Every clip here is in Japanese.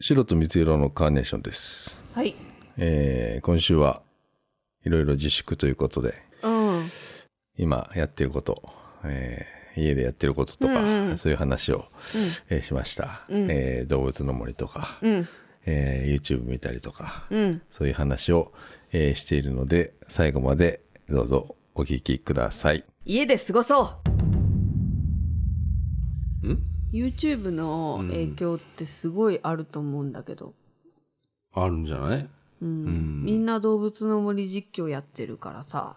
白と水色のカーネーションです。はい。えー今週はいろいろ自粛ということで、うん。今やってること、えー家でやってることとか、うんうんそういう話を、えーしました、うんえー動物の森とか、うん。えー YouTube 見たりとか、うん。そういう話を、えーしているので、最後までどうぞお聞きください。家で過ごそう。ん YouTube の影響ってすごいあると思うんだけど、あるんじゃないうんんみんな動物の森実況やってるからさ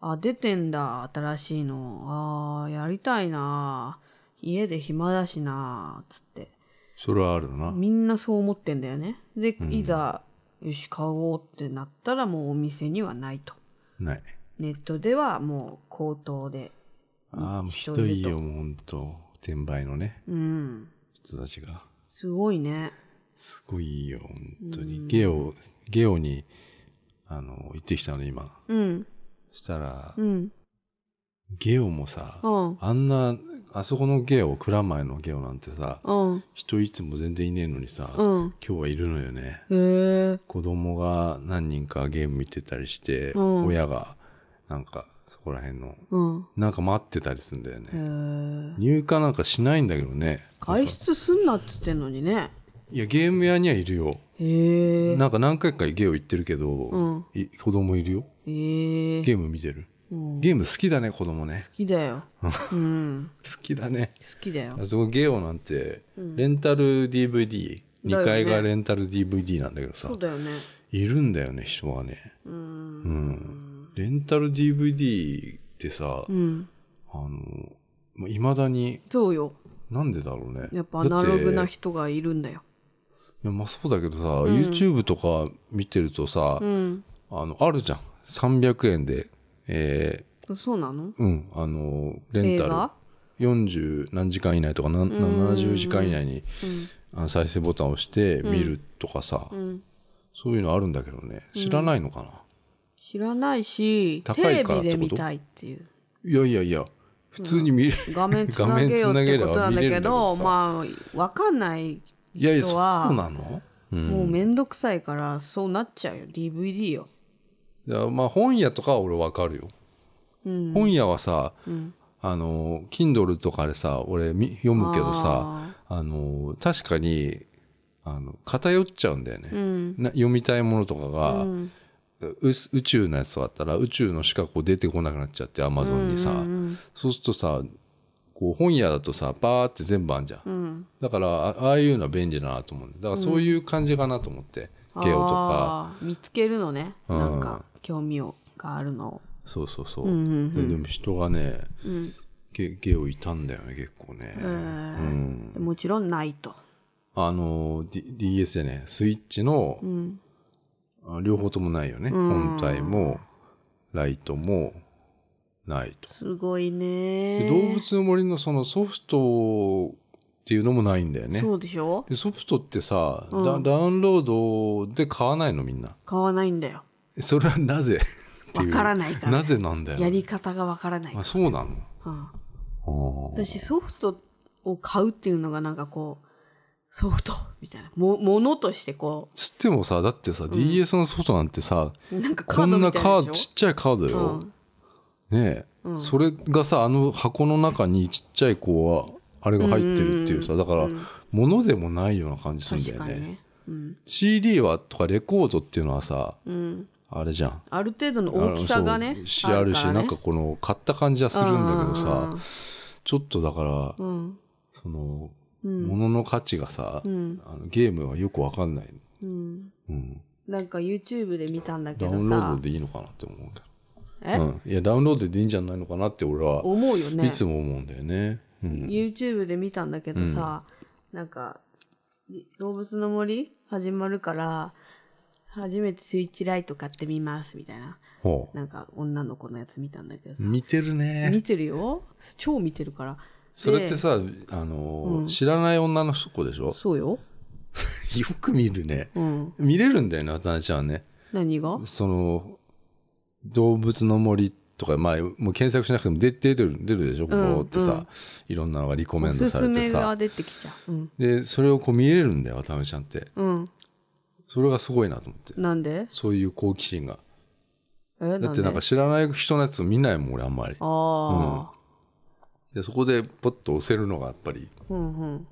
あ出てんだ新しいのあーやりたいな家で暇だしなつってそれはあるな。みんなそう思ってんだよねで、いざよし買おうってなったらもうお店にはないとない。ネットではもう口頭でああ、もうひ人どいるといよ、もうほんと。転売のね、うん人たちが。すごいねすごいよ、本当に。ゲオ、ゲオに、あの、行ってきたの、今。うんそしたら、うんゲオもさ、うんあんな、あそこのゲオ、蔵前のゲオなんてさ、うん人いつも全然いねえのにさ、今うん日はいるのよね。へえ子供が何人かゲーム見てたりして、うん親が、なんか、そこら辺の、うんなんか待ってたりするんだよね。へえ入荷なんかしないんだけどね。外出すんなっつってんのにねいや、ゲーム屋にはいるよ。へえなんか何回かゲオ行ってるけど、うんい子供いるよ。へえゲーム見てる。うん好ゲーム好きだね、子供ね。きだようん好きだね。好きだよあそこゲオなんて、レンタル DVD。だよ2ね階がレンタル DVD なんだけどさ、そうだよねいるんだよね、人はね。ううんん。レンタル DVD ってさ、うんあの、まあ、未だに、そうよなんでだろうね。やっぱアナログだなってい人がいるんだよやまあそうだけどさ、YouTube とか見てるとさ、うんあの、あるじゃん。300円で、えそうなのーうん、あの、レ映ンタル。画40何時間以内とかな70時間以内にあの再生ボタンを押して見るとかさ、うんそういうのあるんだけどね知らないのかな、知らないし高テいレからっビてことで見たいっていういやいやいや普通に見れる、画面つなげようってことなんだけど画面つなげれば見れるんだけどさまあわかんないいやいや人そうはなの、うんもうめんどくさいからそうなっちゃうよ DVD よいやまあ本屋とかは俺わかるよ、うん本屋はさうんあの Kindle とかでさ俺み読むけどさああの確かにあの偏っちゃうんだよね、ーうんな読みたいものとかうが、んうす宇宙のやつだったら宇宙のしかこう出てこなくなっちゃってアマゾンにさ、うんそうするとさこう本屋だとさバーって全部あんじゃんうんだからあああいうのは便利だなと思うんだだからそういう感じかなと思って、ゲオとかあー見つけるのねうんなんか興味をがあるのをそうそうそう、うんうんうででんも人がねうんゲゲオいたんだよね結構ね、えーもちろんないとあの、D、DS じゃねえスイッチのう、んあ両方ともないよね、うん本体もライトもないとすごいでね動物の森のそのソフトっていうのもないんだよね。そうでしょでソフトってさ、うんダ、ダウンロードで買わないのみんな。買わないんだよそれはなぜ ってわいうからないからなぜなんだよ。やり方がわからないあ、そうなのうんあー私ソフトを買うっていうのがなんかこうソフトみたいなもものとしてこつってもさ、だってさ、DS のソフトなんてさ、うなんかカこードんみなたいカなーでド、しちっちゃいカードょよ。うんねえ、うんそれがさ、あの箱の中にちっちゃい子は、あれが入ってるっていうさ、だから、うんものでもないような感じするんだ確よかね。にね、うん、 CD はとかレコードっていうのはさ、うん、あれじゃん。ある程度の大きさがねあのそうしあるし、からねなんかこの買った感じはするんだけどさちょっとだから、うんそのうん物の価値がさ、うんあのゲームはよくわかんない、うんうん、なんか YouTube で見たんだけダどウさンロードでいいのかなって思うけえ、ど、うん、いやダウンロードでいいんじゃないのかなって俺は思うよねいつも思うんだよね、うん YouTube で見たんだけどさ、なんか、い動物の森始まるから、初めてスイッチライト買ってみますみたいな、ほうなんか女の子のやつ見たんだけどさ、見てる見ねてるよ超見てるから。それってでさあの、うん知らない女の子でしょそうよ。よく見るねうん。見れるんだよね渡辺ちゃんはね何がその動物の森とか、まあ、もう検索しなくても出出てる出るでしょここってさ、うんうんいろんなのがリコメおンドすさすれてめさが出てきちゃう。うん。でそれをこう見れるんだよ渡辺ちゃんってうん。それがすごいなと思ってなんでそういう好奇心がえなんでだってなんか知らない人のやつ見ないもん俺あんまりああ。でそこでポッと押せるのがやっぱりうんうん。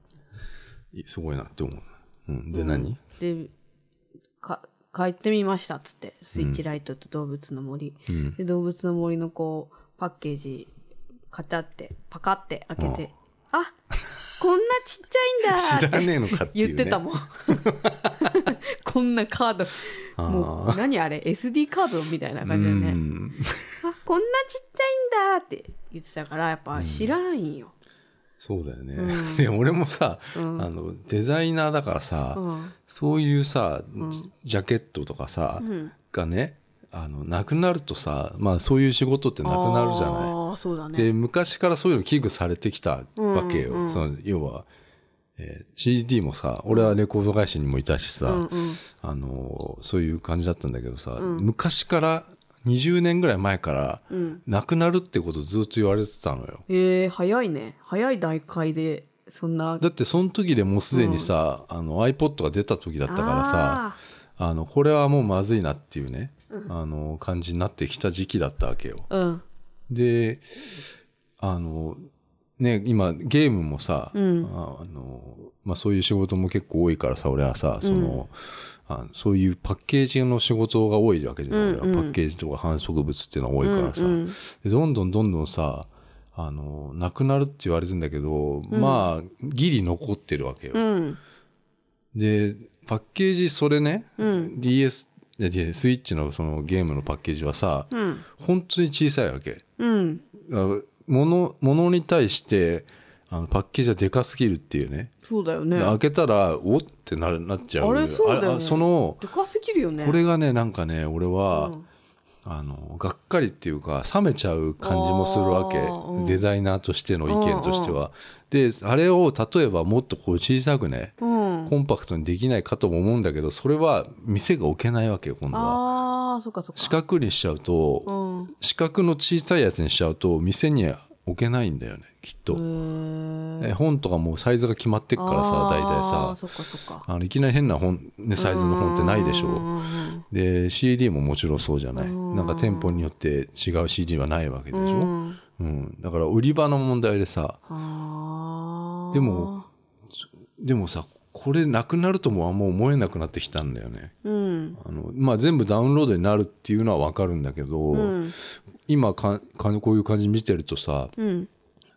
すごいなって思う、うん、でうん何、で、か、帰ってみましたっつって、スイッチライトと動物の森。 うんで、動物の森のこう、パッケージ、カチャって、パカって開けて、あこんなちっちゃいんだ 知らねえのかっていう、言ね、ってたもん。 こんなカード。あーもう、何あれ ?SD カードみたいな感じだようね。んあ、こんなちっちゃいんだって言ってたから、やっぱ知らないんよ。そうだよね、う んで俺もさ、うんあのデザイナーだからさ、うん。そういうさ、んジジャケットとかさ、うんがねあのなくなるとさ、まあ、そういう仕事ってなくなるじゃない。ああ、そうだね。で昔からそういうの危惧されてきたわけよ、うんうんその要は、えー CD もさ俺はレコード会社にもいたしさ、うんうんあのーそういう感じだったんだけどさ、うん昔から20年ぐらい前からうん。なくなるってことずっと言われてたのよ。ええ早いね。早い段階で、そんな。だってその時でもうすでにさ、あの iPod が出た時だったからさああのこれはもうまずいなっていうね、あの感じになってきた時期だったわけよ。ー。うん。であのね今ゲームもさ、うんああのまあ、そういう仕事も結構多いからさ俺はさその、あのそういうパッケージの仕事が多いわけじゃない、うんうん俺はパッケージとか反則物っていうのが多いからさ、うんうんでどんどんどんどんさあのなくなるって言われてんだけど、まあギリ残ってるわけよ。うん。でパッケージそれね、うん DS いや DS スイッチのそのゲームのパッケージはさ、うん。本当に小さいわけうん。あのものものに対してあのパッケージはでかすぎるっていうねそうだよねで。開けたらおってななっちゃうあれそうだよねああそのでかすぎるよね。これがねなんかね俺は、うんあのがっかりっていうか冷めちゃう感じもするわけ、あーうんデザイナーとしての意見としては、であれを例えばもっとこう小さくね、うん。コンパクトにできないかとも思うんだけどそれは店が置けないわけよ今度はああ、そっかそっか。四角にしちゃうと、うん。へ四角の小さいやつにしちゃうと店には置けないんだよねきっと、ーえ本とかもうサイズが決まってっからさ大体あさーそっかそっか。あのいきなり変な本、ね、サイズの本ってないでしょうんうんうんで CD ももちろんそうじゃないうんなんか店舗によって違う CD はないわけでしょ、うん。うん、だから売り場の問題でさああ。でも、でもさこれなくなるともはもう思えなくなってきたんだよねうん。あのまあ、全部ダウンロードになるっていうのは分かるんだけど、うん。今かかこういう感じ見てるとさうん。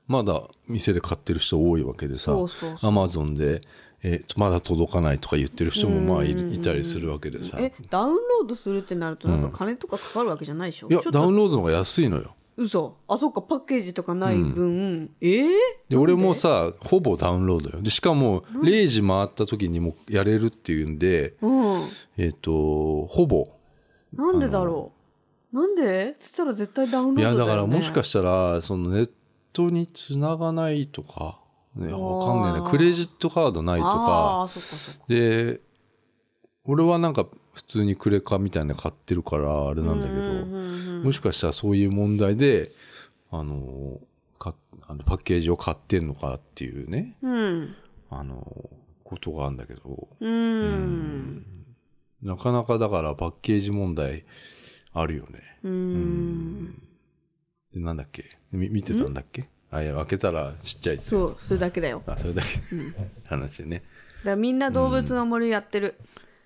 まだ店で買ってる人多いわけでさそうそうそうアマゾンで、えーとまだ届かないとか言ってる人もまあいうんうんうんいたりするわけでさえいダウンロードするってなるとなんか金とかかかるわけじゃないでしょ、やちょっダウとンロードの方が安いのよ嘘あそっかパッケージとかない分、ええで俺もさほぼダウンロードよでしかも0時回った時にもうやれるっていうんで、うんえっとほぼなんでだろうなんでつったら絶対ダウンいローやドだだかよ、らね、もしかしたらそのネットに繋がないとか、ね、わかんないあーなクレジットカードないとあかあそっかそっかで俺はなんか普通にクレカみたいなの買ってるからあれなんだけど、うんうんうんうんもしかしたらそういう問題であのかあのパッケージを買ってんのかっていうねうんあのことがあるんだけどうんなかなかだからパッケージ問題あるよね。ううんんでなんだっけみ見てたんだっけあいや開けたらちっちゃいってそうそれだけだよだかあそれだけ話でねらみんな動物の森やってる、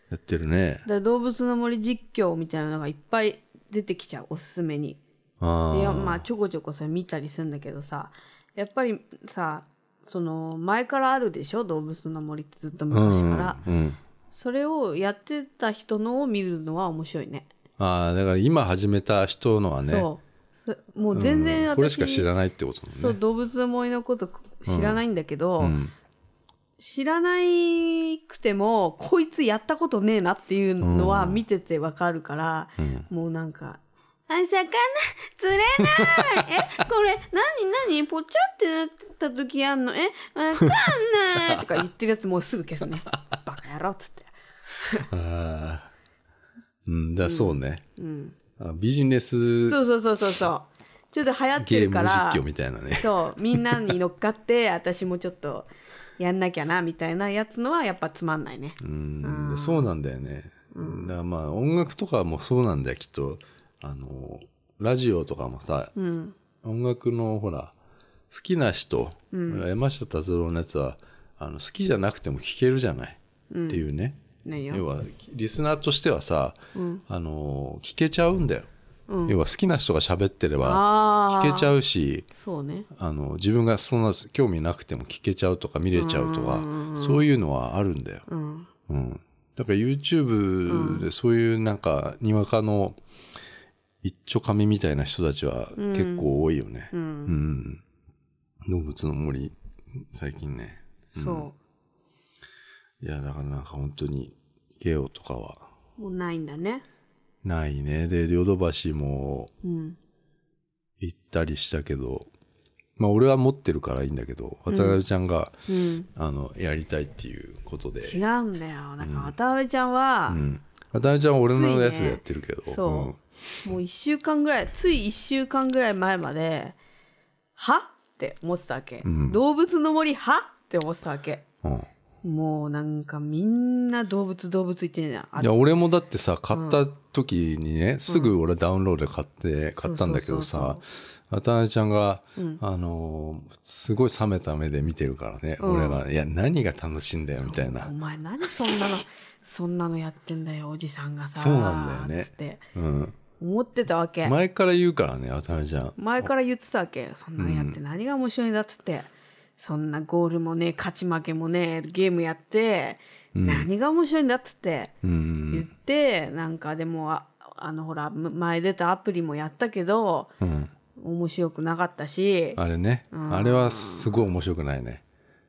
やってるねだから動物の森実況みたいなのがいっぱい出てきちゃうおすすめにあいやあまあちょこちょこそれ見たりするんだけどさやっぱりさその前からあるでしょ動物の森ってずっと昔から、うん、うんそれをやってた人のを見るのは面白いねああだから今始めた人のはねそうそもう全然私、うんこれしか知らないってことだもんねそう動物の森のこと知らないんだけど、うん知らないくてもこいつやったことねえなっていうのはうん見ててわかるから、うんもうなんか、あ、魚、釣れないえ、これ、なになにぽちゃってなった時やんのえ、わかん ないとか言ってるやつもうすぐ消すね。バカ野郎っつって。ああうんだそうね、うん。あビジネスそうそうそうそうそうちょっと流行ってゲーるムから実況みたいなね。そうみんなに乗っかって 私もちょっとやんなきゃなみたいなやつのはやっぱつまんないねうん、でそうなんだよね。だからまあ音楽とかもそうなんだよ、きっと。あの、ラジオとかもさ、うん音楽のほら、好きな人、山下達郎のやつは、あの好きじゃなくても聴けるじゃない、っていうね。何要よは、リスナーとしてはさ、あの、聴けちゃうんだよ。要は好きな人が喋ってれば、あ聴あけちゃうし、そうねあの自分がそんな興味なくても聞けちゃうとか見れちゃうとかそういうのはあるんだよ、うんうん、だから YouTube でそういうなんかにわかの一丁紙みたいな人たちは結構多いよね、ううんん動物の森最近ねそいやだからなんか本当にゲオとかはうもうないんだねないねでヨドバシもうん行ったりしたけどまあ俺は持ってるからいいんだけど渡辺ちゃんが、うんあのやりたいっていうことで違うんだよだから渡辺ちゃんは、うん。渡辺ちゃんは俺ついのねやつでやってるけど。そうもう1週間ぐらいつい1週間ぐらい前まではって思ってたわけ、ん動物の森はって思ってたわけうん。うんもうなんかみんな動物動物言ってんじゃんあいや俺もだってさ買った時にね、すぐ俺ダウンロードで買って買ったんだけどそうそうさそう渡辺ちゃんが、うんあのーすごい冷めた目で見てるからね、うん俺が「いや何が楽しいんだよ」みたいなお、前何そんなの そんなのやってんだよおじさんがさそうなんだよねつってうん、思ってたわけ前から言うからね渡辺ちゃん前から言ってたわけそんなのやって何が面白いんだっつって、そんなゴールもね勝ち負けもねゲームやって、何が面白いんだっつってう言っんて、なんかでもああのほらむ前出たアプリもやったけどうん面白くなかったしあれね、あれはすごい面白くないね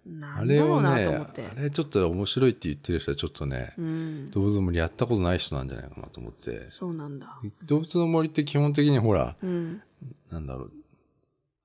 なあんだれろうをなねと思って、あれちょっと面白いって言ってる人はちょっとね、うん動物の森やったことない人なんじゃないかなと思ってそうなんだ動物の森って基本的にほら、うんなんだろう。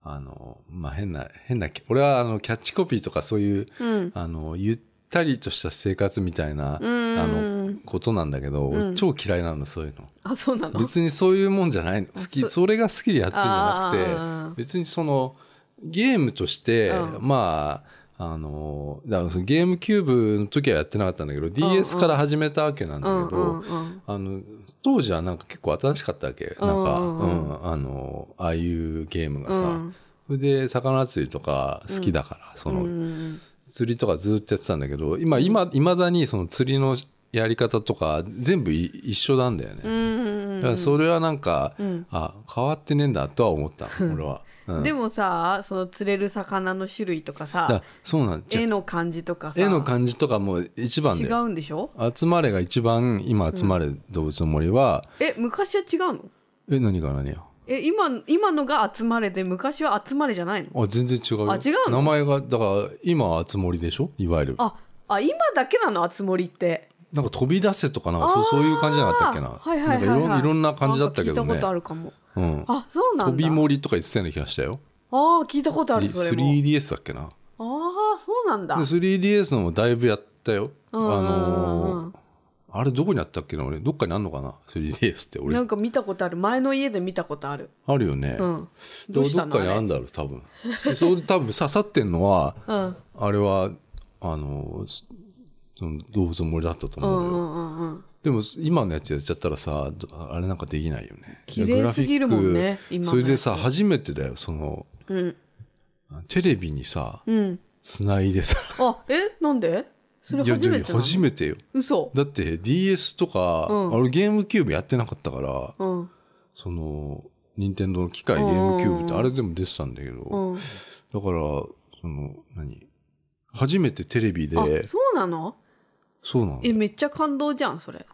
あの、まあ、変な、変な、俺はあの、キャッチコピーとかそういう、うんあの、ゆったりとした生活みたいな、あうんの、ことなんだけど、俺超嫌いなの、そういうの。あそうなの別にそういうもんじゃないの。好き、そそれが好きでやってんじゃなあくーて、別にその、ゲームとして、うまあ、あの、だからそのゲームキューブの時はやってなかったんだけど、DS から始めたわけなんだけど、うんうんうんあの当時はなんか結構新しかったわけなんか、うんううんあのああいうゲームがさ、うんそれで魚釣りとか好きだから、その、うん釣りとかずっとやってたんだけど今今いまだにその釣りのやり方とか全部い一緒なんだよね、うんうんだからそれはなんか、うんあ変わってねえんだとは思った俺は、うんでもさその釣れる魚の種類とかだからさそうなんじゃ絵の感じとかさ絵の感じとかも一番違でうんでしょ集まれが一番今集まれ動物の森は、え昔は違うのえ何が何よえ今今のが集まれで昔は集まれじゃないのあ全然違うよあ違うの名前がだから今はつもりでしょいわゆるああ今だけなの集まりってなんか飛び出せとかなんかそうそういう感じじゃなかったっけな,、あーはいはいはい、なんかいはろい、いろんな感じだったけどなんかね聞いたことあるかもうん、あそうなんだ飛び森とか言ってたような気がしたよあー聞いたことあるそれも 3DS だっけなああそうなんでだ 3DS のもだいぶやったよ、うんうんうんあのーあれどこにあったっけな俺どっかにあんのかな 3DS ってな俺んか見たことある前の家で見たことあるあるよね、うんでどうしどたっのかにあんだろう多分でそれ多分刺さってんのはあれうんあれはあのーその動物の森だったとう思うよ、んうんうんうんでも今のやつやっちゃったらさどあれなんかできないよね綺麗すぎるもんねグラフィック今のやつそれでさ初めてだよそのうんテレビにさうんつないでさあえなんでそれ初めていなやの初めてよ嘘だって DS とか、うん俺ゲームキューブやってなかったからうんその任天堂の機械ゲうんームキューブってあれでも出てたんだけど、うんだからその何初めてテレビであそうなのそうなのえめっちゃ感動じゃんそれ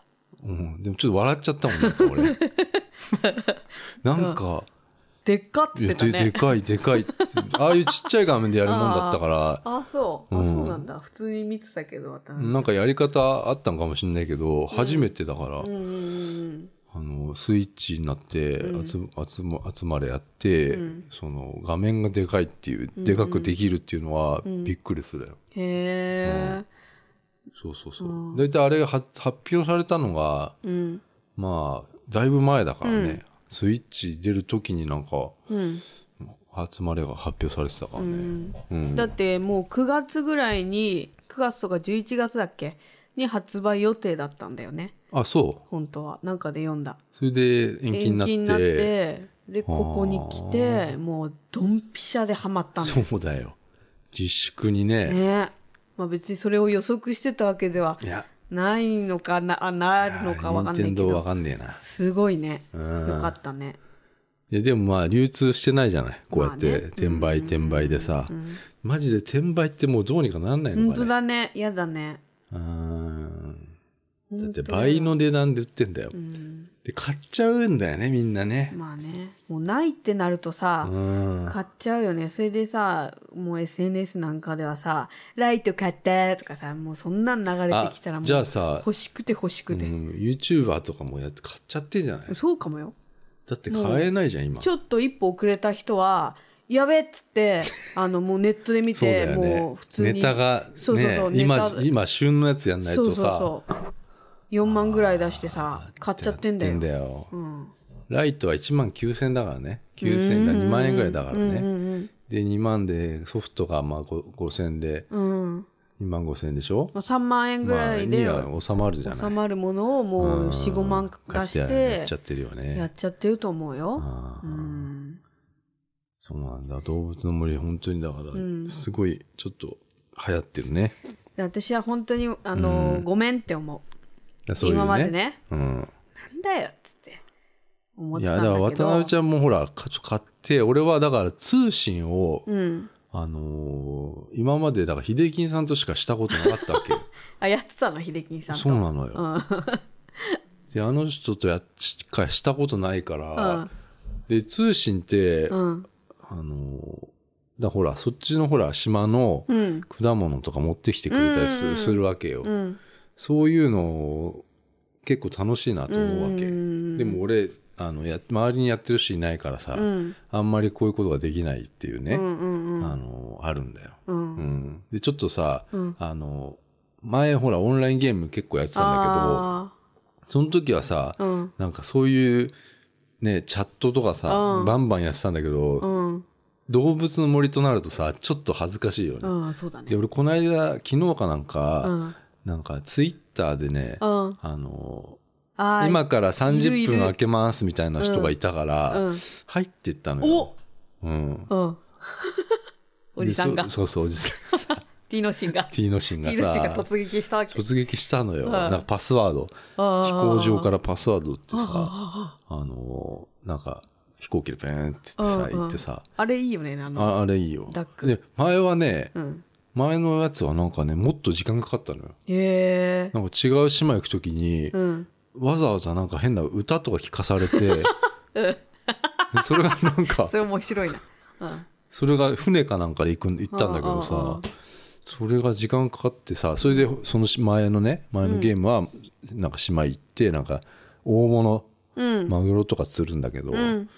うん、でもちょっと笑っちゃったもんなんか俺 なんか、でっかっついっやてたででねかいでかいってああいうちっちゃい画面でやるもんだったからあそうあうんそうなんだ普通に見てたけど私うんなんかやり方あったんかもしれないけど初めてだから、うんうんあのスイッチになって、うん集集ま集まれやって、うんその画面がでかいっていうでかくできるっていうのはびっくりするよ、へえそうそうそううん大体、あれは発表されたのがうんまあだいぶ前だからね、うんスイッチ出る時になんかうん集まれが発表されてたからうね、んうんだってもう9月ぐらいに9月とか11月だっけに発売予定だったんだよねあそう本当はなんかで読んだそれで延期になってでここに来てもうドンピシャでハマったんだよそうだよ自粛にねねまあ別にそれを予測してたわけではいやないのかなあなるのかわかんないけ任天堂わどかんねえなすごいねうんよかったねいやでもまあ流通してないじゃないこうやってまあね転売転売でさ、うんマジで転売ってもうどうにかなんないの本か当ねだねやだねうんだって本当倍の値段で売ってんだよ、うんで買っちゃうんだよねみんなねまあねもうないってなるとさうん買っちゃうよねそれでさもう SNS なんかではさ「ライト買って」とかさもうそんなん流れてきたらあもうじゃあさ、欲しくて欲しうくて、ん、YouTuber とかもやって買っちゃってんじゃないそうかもよだって買えないじゃん今ちょっと一歩遅れた人は「やべ」っつ ってあのもうネットで見そうてだよもうね普通にネタがねそうそうそうネタ今今旬のやつやんないそとうさそうそう4万ぐらい出してさ買っちゃってんだやよようんライトは1万9000円だからね9000円が2万円ぐらいだからね、うんうんで2万でソフトがまあ5 5000円でうんうん2万5000円でしょまあ3万円ぐまらあいにでは収まるじゃない収まるものをもう45万買っ出てしやてっちゃってるよやねっちゃってると思うよ。あうーん、そうなんだ動物の森本当にだからんすごいちょっと流行ってるね、で私は本当にあの、うんごめんって思うそういうね今までねうんなんだよっつって思っいてたやんだだかけどら渡辺ちゃんもほらかちょ買って俺はだから通信を、うんあのー今までだから秀樹さんとしかしたことなかった わけよあやってたの秀樹さんとそうなのよ、うんであの人とやっしかしたことないから、うんで通信って、うんあのーだほらそっちのほら島のうん果物とか持ってきてくれたりすうんうんうるんするわけよ、うんそういうの結構楽しいなと思うわけ、うんでも俺あのや周りにやってる人いないからさ、うんあんまりこういうことができないっていうね、うんうんあのあるんだよ、ううんうんん、でちょっとさうんあの前ほらオンラインゲーム結構やってたんだけどあその時はさーうんなんかそういうねチャットとかさ、うんバンバンやってたんだけど、うん動物の森となるとさちょっと恥ずかしいよね、うんそうだでね俺この間昨日かなんか、うんなんかツイッターでね、うんあのあー今からいるい30る分開けますみたいな人がいたから、うん入ってったのよお、うん、うん、おじさんがでそそうそうおじさんがさ T のシンが T のシン T がのシンがさ突撃したわけ突撃したのよ、うんなんかパスワード飛飛行場からパスワードってあさああのなんか飛行機でペーンって言ってさうんうん行ってさあれいいよねあのああれいいよダックで前はねうん前のやつはなんかねもっと時間かかったのよへえなんか違う島行く時にうんわざわざなんか変な歌とか聞かされ てそれがなんかそれ面白いなうんそれが船かなんかで行くん行ったんだけどうんうんうさんそれが時間かかってさそれでその前のね前のゲームはなんか島行ってなんか大物うんマグロとか釣るんだけど、うん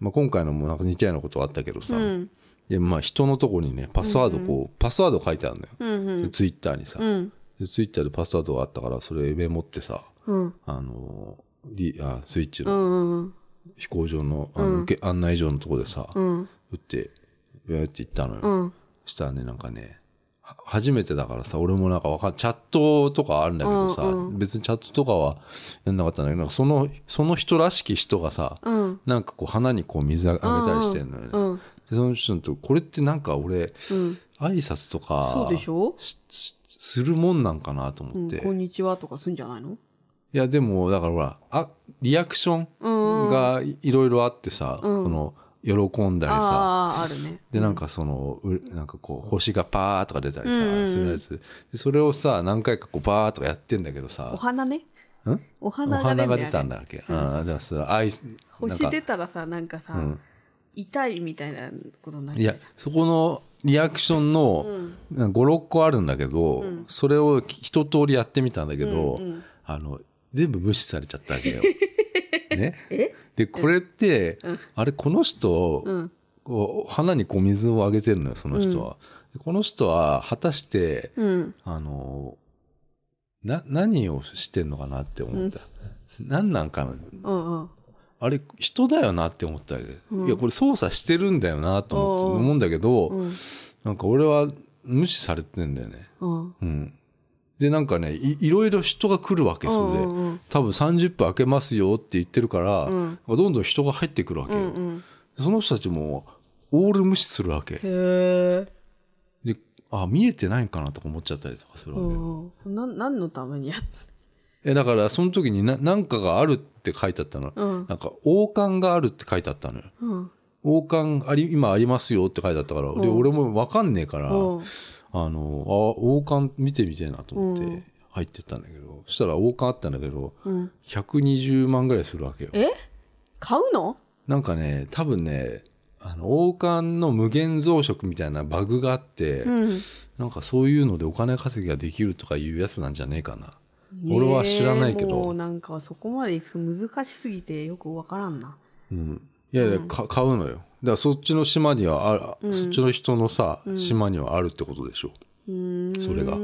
まあ、今回のもなんか似たようなことはあったけどさ、うんでまあ人のとこにねパスワードこう、パスワード書いてあるのよ、うんツイッターにさ、うんでツイッターでパスワードがあったからそれメモってさうんあのーリあスイッチうのん飛行場のあのうん受け案内所のとこでさ、うん打ってうやって行ったのよ、うんそしたらねなんかねは初めてだからさ俺もなんかわかんチャットとかあるんだけどさ、うんう別にチャットとかはやんなかったんだけどなんかそのその人らしき人がさ、うんなんかこう花にこう水あげたりしてるのよね、うんでその人とこれってなんか俺うん挨拶とかそうでしょししするもんなんかなとう思んって、こいんにちはとかすんじゃないのやでもだからほらあリアクショうんンがいいろいろあってさ、うんこの喜んだりさあああるねでなんかそのうなんかこう星がパーとか出たりさ、うんうんうんするやつでそれをさ何回かこうバーとかやってんだけどおさ花ねんおお花が花出がる出んだたよんねだっけ、うん、だからさアイス星なん出かたらさなんかうさん痛いみたいなことになっいちやゃうそこのリアクションの、うん56個あるんだけど、うんそれを一通りやってみたんだけど、うんうんあの全部無視されちゃったわけ よ。ねえ、でこれって、うんあれこの人、うんこう花にこう水をあげてるのよその人は。でこの人は果たしてうんあのな、何をしてんのかなって思った。何なんかなうんうんあれ、人だよなって思ったわけで。うんいや、これ操作してるんだよなと思っておー思うんだけど、うんなんか俺は無視されてんだよね。うんうん。で、なんかね、いいろいろ人が来るわけ、それで。うんうん多分30分開けますよって言ってるから、うんどんどん人が入ってくるわけうよ。んうんその人たちも、オール無視するわけ。へえで、あ、見えてないんかなとか思っちゃったりとかするわけ。うんうんな何のためにやっえ、だから、その時にな、なんかがあるって書いてあったの。うんなんか、王冠があるって書いてあったのよ。うん王冠あり、今ありますよって書いてあったから、で、うん俺もわかんねえから、あうんの、あ、王冠見てみてえなと思っうんて入ってったんだけど、そしたら王冠あったんだけど、うん120万ぐらいするわけよ。え買うのなんかね、多分ね、あの、王冠の無限増殖みたいなバグがあって、うんなんかそういうのでお金稼ぎができるとかいうやつなんじゃねえかな。俺は知らないけどねえもうなんかそこまでいくと難しすぎてよくわからんなうん。いやいや、うんか買うのよ。だからそっちの島にはある、うんそっちの人のさ、うん島にはあるってことでしょ。うーんそれが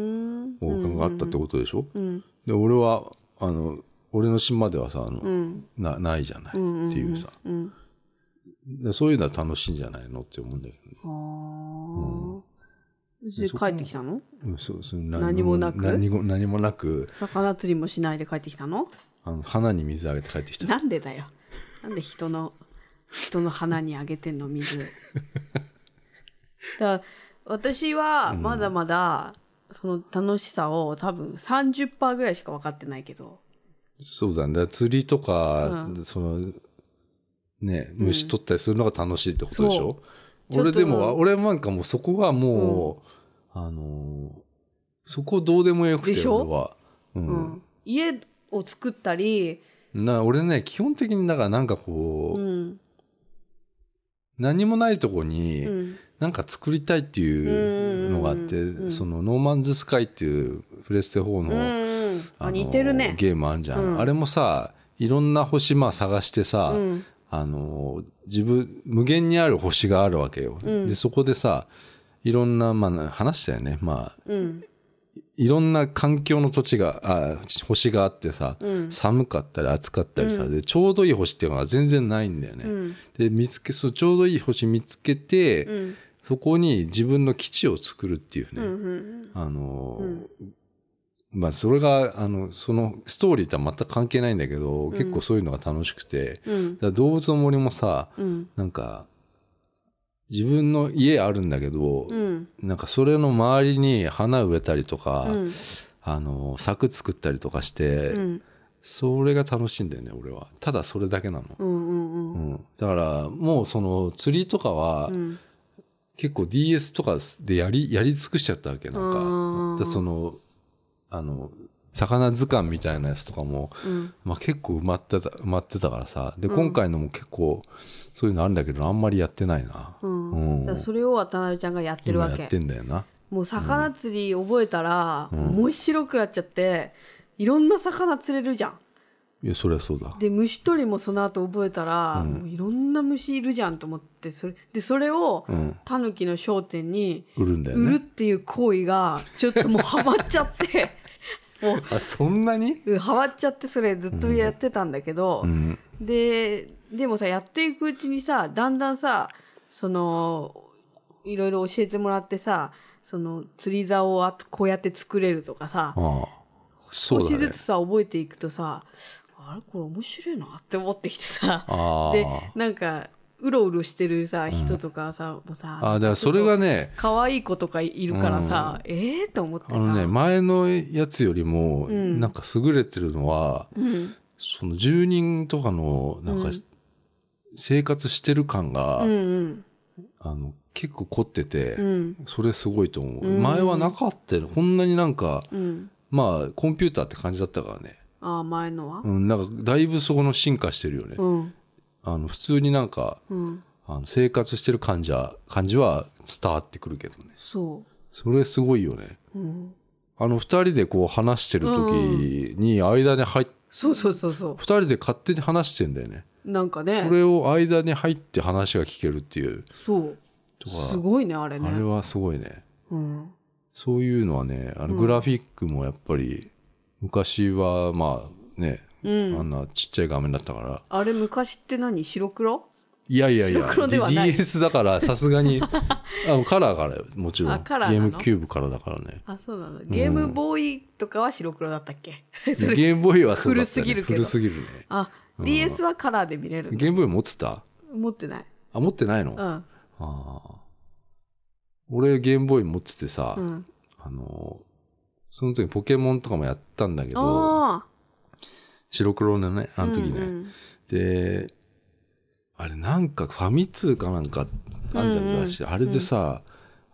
王冠があったってことでしょ。うんで俺はあの俺の島ではさあの、うんなないじゃないうんうんんっていうさ、うんでそういうのは楽しいんじゃないのって思うんだけどね、はあででそ帰こってきたのうん、そうそう何もなく何も何もなく魚釣りもしないで帰ってきたのあの花に水あげて帰ってきたなんでだよなんで人の人の花にあげてんの水だから私はまだまだその楽しさを多分30%ぐらいしか分かってないけどそうだねだから釣りとか、うそのね虫取ったりするのが楽しいってことでしょ、そう俺ちょでっとも俺なんかもうそこがもう、あのーそこどうでもよくでてしょ俺は、うんうん、家を作ったり、な俺ね基本的にだからなんかこう、うん何もないとこに、うんなんか作りたいっていうのがあって、うんうんうんうんそのノーマンズスカイっていうプレステ4うの,、んうん、あのあ似てるねゲームあるじゃん、うんあれもさいろんな星まあ探してさ、うんあの自分無限にある星があるわけよ、うんでそこでさいろんな、まあ、話したよねまあうんいろんな環境の土地があ星があってさ、うん寒かったり暑かったりさ、うんでちょうどいい星っていうのは全然ないんだよね、うんで見つけそうちょうどいい星見つけて、うんそこに自分の基地を作るっていううね、んあのーうんまあそれがあのそのストーリーとは全く関係ないんだけど、ん結構そういうのが楽しくてうんだから動物の森もさうんなんか自分の家あるんだけど、うんなんかそれの周りに花植えたりとか、うんあのー柵作ったりとかして、うんそれが楽しいんだよね俺はただそれだけなの、うんうんううんん、だからもうその釣りとかは、うん結構 DS とかでやりやり尽くしちゃったわけなんかあーだからそのあの魚図鑑みたいなやつとかも、うんまあ、結構埋まってた埋まってたからさでうん今回のも結構そういうのあるんだけどあんまりやってないな、うんうんだからそれを渡辺ちゃんがやってる今わやっけてんだよなもう魚釣り覚えたらうん面白くなっちゃっていろんな魚釣れるじゃんいやそりゃそうだで虫取りもその後覚えたら、うんもういろんな虫いるじゃんと思ってそれでそれをうんタヌキの商店に売るんだよ売るっねていう行為がちょっともうハマっちゃって もあそんなにううんハマっちゃってそれずっとやってたんだけど、うんででもさやっていくうちにさだんだんさそのいろいろ教えてもらってさその釣り竿をあこうやって作れるとかさああそ少うしだねずつさ覚えていくとさあれこれ面白いなって思ってき てさあであなんかうろうろしてるさ人とかさ、もうさああだからそれがね可愛い子とかいるからさ、ええー、と思ってさあのね前のやつよりもうんなんか優れてるのは、うんその住人とかのなんか、うん生活してる感が、うんうんあの結構凝ってて、うんそれすごいと思う、うん前はなかったよこんなになんかうんまあコンピューターって感じだったからね、ああ前のはうん、なんかだいぶそこの進化してるよね、うんあの普通になんかうんあの生活してる感じは感じは伝わってくるけどねそそれすごいよねう、うん、あの二人でこう話してる時に間に入っそうそうそうそう二人で勝手に話してんだよねなんかそねれを間に入って話が聞けるっていうそうとかすごいねあれねあれはすごいねうんそういうのはねあのうんグラフィックもやっぱり昔はまあね、うんあんなちっちゃい画面だったからあれ昔って何白黒いやいやいや白黒ではない DS だからさすが にあのカラーからよもちろんあカラーゲーなのムキューブからだからねあそうなのゲームボーイとかは白黒だったっけ それゲームボーイはそうだった、ね、古すぎるけど古すぎるねあうん DS はカラーで見れるんだゲームボーイ持ってた持ってないあ持ってないの、うあんあ俺ゲームボーイ持っててさ、うんあのその時ポケモンとかもやったんだけどあ白黒のねああの時ね、うんで、あれなんかファミ通かなんかあんじゃん雑誌、あれでさ、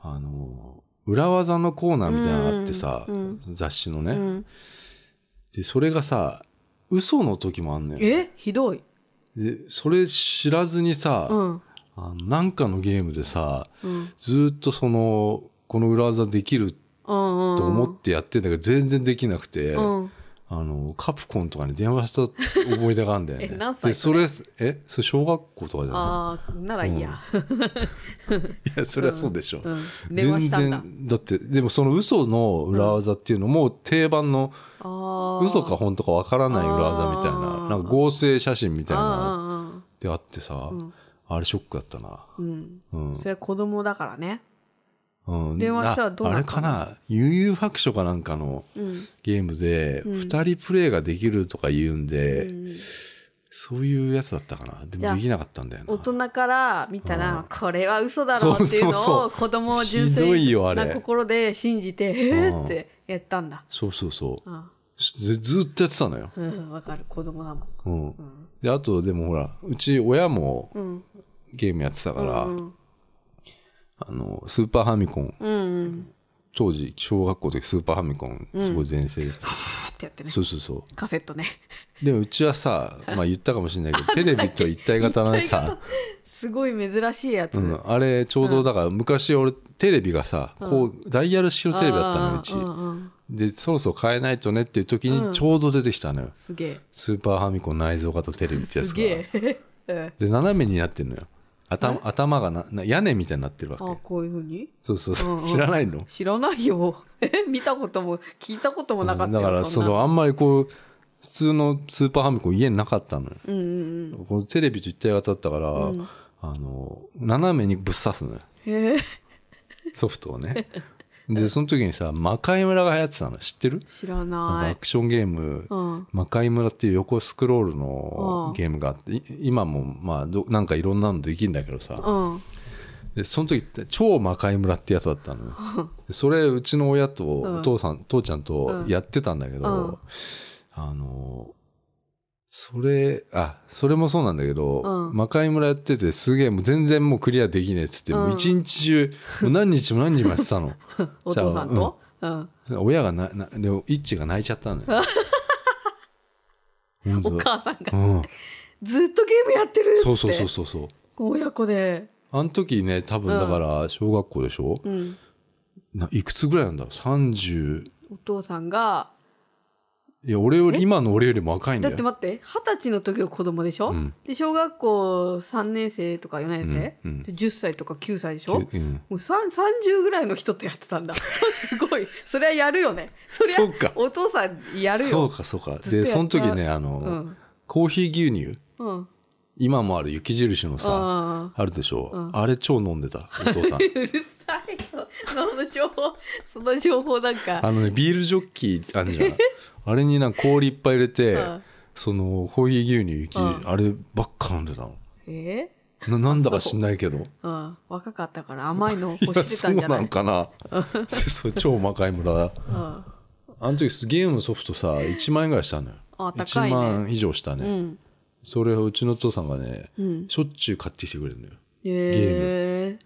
あの、裏技のコーナーみたいなのがあってさ、うんうん雑誌のうね、んうんで、それがさ、嘘の時もあんのよ。えひどいで、それ知らずにさ、うんあのなんかのゲームでさ、うんずーっとその、この裏技できるとと思ってやってんだけど、全然できなくて、うんあの、カプコンとかに電話した思い出があるんだよね。 え何歳で、それ、え、それ小学校とかじゃないああならいいやいや、それはそうでしょ。うん電話したんだ全然だってでもその嘘の裏技っていうのも定番のあー嘘か本当かわからない裏技みたいあなーなんか合成写真みたいなあであってさーあーあーあれショックだったなうんうんうんそれは子供だからねうん電話したらどうああなれったかのな悠々白書かなんかのうんゲームでうん2人プレイができるとか言うんで、うんそういうやつだったかなでじゃもあできなかったんだよな大人から見たうんらこれは嘘だろうっていそううそうのそをう子供を純ひどい粋よあなれ心で信じてえうーんってやったんだそうそうそううんずずっとやってたのよ、うんわかる子供だもんうんん、であとでもほらうち親もうんゲームやってたから、うんあのスーパーファミコンうんうん当時小学校の時スーパーファミコンすごい全 盛で、ふってやってねそうそうそカセットねうでもうちは さまあ言ったかもしれないけどテレビと 一体型なんでさ、すごい珍しいやつううんん、あれちょうどだから昔俺テレビがさこうダイヤル式のテレビだったのようちうんうんでそろそろ変えないとねっていう時うにんちょうど出てきたのよすげえスーパーファミコン内蔵型テレビってやつすがげでえ うん斜めになってるのよ頭頭がなな屋根みたいになってるわあけこういうふうにそうそうそう、うんうん知らないの知らないよ え見たことも聞いたこともなかっただよからそんなのあんまりこう普通のスーパーファミコン家になかったのようんうんうんこのテレビと一体型だったから、うんあの斜めにぶっ刺すの よへえソフトを ねでその時にさ魔界村が流行ってたの知ってる知ならんかなアいクションゲーム、うん魔界村っていう横スクロールうのんゲームがあってい今もまあどなんかいろんなのできるんだけどさ、うんでその時って超魔界村ってやつだったのよでそれうちの親とうんお父さん、父ちゃんとうんやってたんだけど、うんあのそれあそれもそうなんだけど、うん魔界村やっててすげえもう全然もうクリアできねえっつって、もううん一日中もう何日も何日もやってたの お父さんとうん親がななでもイッチが泣いちゃったのよほんとお母さんがうん、ずっとゲームやってるっつってそうそうそうそうそう親子で、あの時ね多分だから小学校でしょ、うん、ないくつぐらいなんだろう30お父さんがいや俺よりえ今の俺よりも若いんだよだって待って二十歳の時の子供でしょ、うんで小学校3年生とか4年生、うんうんで10歳とか9歳でしょきゅうんもうさん30ぐらいの人とやってたんだ すごいそりゃやるよねそりゃそうかお父さんやるそうよかそうかずっとでやったその時ねあの、うんコーヒー牛乳うん今もある雪印のさああるでしょ、うんあれ超飲んでたお 父さんーうるさいよその情報その情報なんかあのねビールジョッキーあんじゃ んあれになんか氷いっぱい入れて、うんそのコーヒー牛乳雪、うんあればっか飲んでたのえななんだか知んないけどーうん、若かったから甘いのい欲やしてそたうんじゃなないんかな そう超魔界村うんあの時ゲームのソフトさ1万円ぐらいしたのよあ1高いね万以上したね、うんそれをうちの父さんがね、うんしょっちゅう買ってきてくれるのよへえ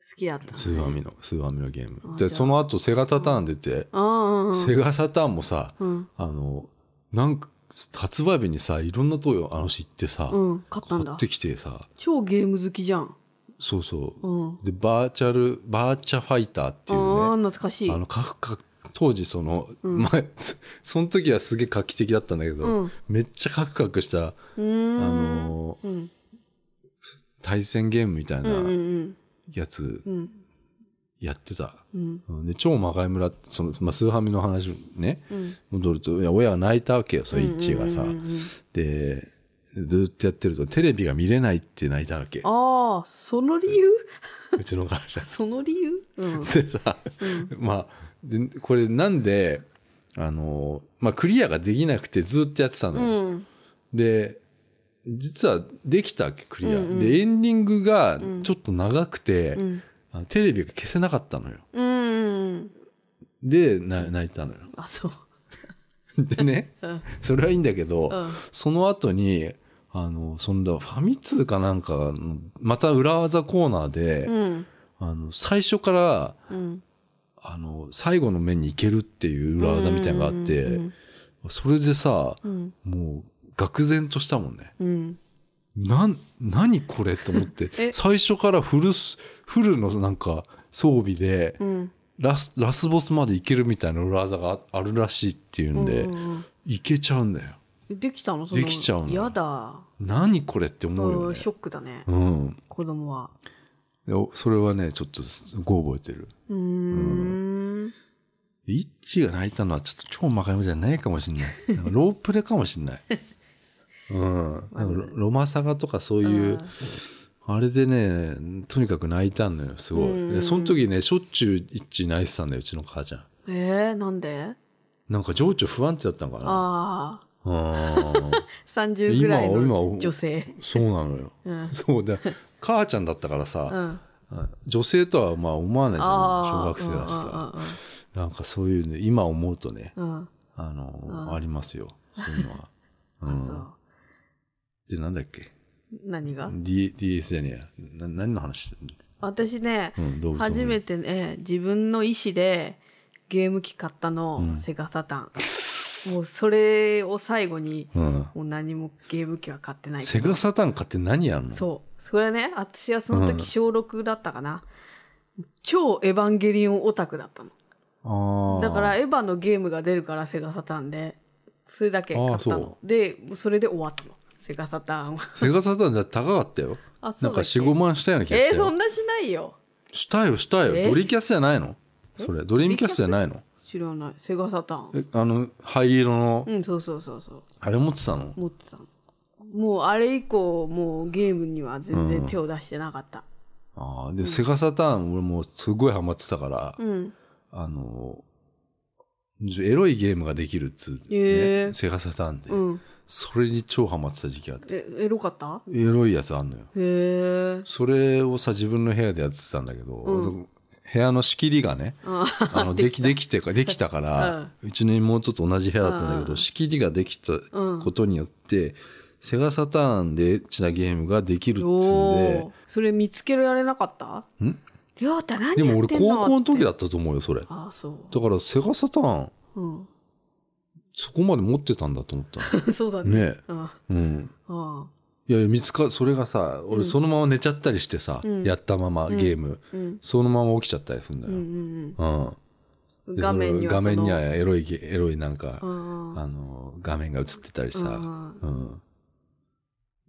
好きだったスーファミのスーファミのゲームであじゃあその後セガサターン出て、ああセガサターンもさ、うんあのなんか発売日にさいろんなとこよあの人行ってさ、うん買った買んっだてきてさ超ゲーム好きじゃんそうそう、うんでバーチャルバーチャファイターっていああうね懐かしいあのかか当時その、うんまあ その時はすげえ画期的だったんだけど、うんめっちゃカクカクした、うーあんのうん対戦ゲームみたいうんうなんやつうんやってた。うんうんで、超魔界村って、その、まあ、スーハミの話ね、うん戻ると、いや、親が泣いたわけよ、そのうんうんうんうん一致がさ。で、ずっとやってると、テレビが見れないって泣いたわけ。ああその理由うちの会社。その理由うんでさ、 うんまあ、でこれなんで、あの、まあ、クリアができなくてずっとやってたのよ。うんで、実はできたわけ、クリア。うんうんで、エンディングがんちょっと長くて、うんあのテレビが消せなかったのよ。うんで、な泣いたのよ。あそうでね、うんそれはいいんだけど、うんその後に、あの、そんなファミ通かなんかの、また裏技コーナーで、うんあの、最初から、うんあの、最後の面に行けるっていう裏技みたいなのがあって、うんそれでさ、うんもう、愕然としたもんね。うんなん、何これと思って、 え最初からフルス、フルのなんか装備で、うんラス、ラスボスまで行けるみたいな裏技がああるらしいっていうんで、うんうん行けちゃうんだよ。うんできたのそできちゃうのやだ何これって思うようんねシ。ョックだねうん。子供はでおそれはね、ちょっとすごい覚えてる。うーんでイッチが泣いたのはちょっと超魔界村じゃないかも しんない。なんかロープレかもしんない。うん。なんかロロマサガとかそういう、ああれでね、とにかく泣いたのよ、すごうんうんい。うんで、その時ね、しょっちゅうイッチ泣いてたんだよ、うちの母ちゃん。えー、なんでなんか情緒不安定だったのかな。ああうん。 30ぐら い今今の女性そうなのよ。うんそうだ。母ちゃんだったからうさ、ん女性とはまあ思わないじゃん、小あ学生だしさ。あなんかそういうね、今思うとね、うんうんうんあの、うんあります よ。そういうのは。うんうあんそうで、なんだっけ何が ?D、DS じゃねえや。な、何の話してんの私ねうん、動物初めて。てね自分の意思でゲーム機買ったの、うんセガサタンもうそれを最後にうん。もう何もゲーム機は買ってないセガサタン買って何やんのそうそれね私はそのうん時小6だったかな、超エヴァンゲリオンオタクだったのああ。だから、エヴァのゲームが出るからセガサタンでそれだけ買あっーたそのでそれで終わったのセガサタン はセガサタンだって高かったよ。あそなうんだかっけ4、5万したような気がしえたー、そよ。んなしないよしたよ、したよ。えードリキャスじゃないのそれ、ドリームキャスじゃないの知らないセガサタンえ、あの、灰色の、うんそうそうそうそうあれ持ってたの持ってたのもうあれ以降もうゲームには全然手を出してなかったああ、で、セガサタン、俺もうすごいハマってたから、うんあの、エロいゲームができるっつう、へね、ーセガサタンで、うんそれに超ハマってた時期があって、えエロかったエロいやつあんのよ。へえそれをさ、自分の部屋でやってたんだけど、うん部屋の仕切りが ね、ああの、でき、できてか、できたから、うちの妹と同じ部屋だったんだけうんうど、ん仕切りができたうんことによって、セガサターンでエッチなゲームができるっつうんおでお、それ見つけられなかったんりょうた何やってでんのも俺高校の時だだったと思うよ、それ。だああそからセガサターン、う、うん、そこまで持ってたんだと思ったのそうだねねえ。うんうん。うんいやいや、見つか、それがさ、う俺んそのまま寝ちゃったりしてさ、うんやったままゲーム、うんそのまま起きちゃったりするんだうんうよ。んうん。うんで画面にそはのそ画面のにはエロいゲ、エロいなんか、うんうんあの、画面が映ってたりさ、うんうんうん。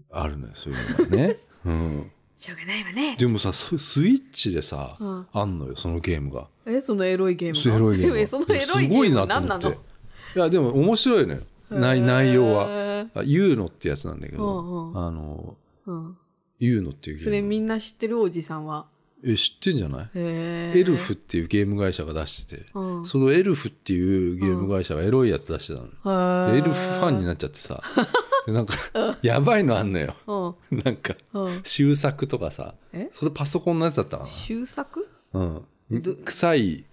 あるのよ、そういうのが ね。うん。しょうがないわねでもさ、そスイッチでさ、うんあんのよ、そのゲームが。えそのエロいゲームそうエロいゲームえが。そのでエロもいすゲーごいムなはと何思なっのて。いや、でも面白いのよ。内内容は。へーあユーノってやつなんだけど、うんうんあの、うんユーノっていうゲーム。それみんな知ってるおじさんは。え、知ってんじゃないへーエルフっ。ていうゲーム会社が出してて、うん、そのエルフっていうゲーム会社がエロいやつ出してたの。でエエルフファンになっちゃって さ、でなんか、やばいのあんのよ。 うんなんか、うん。修作とかさ、えそれパソコンのやつだったか修作な。うんど。臭い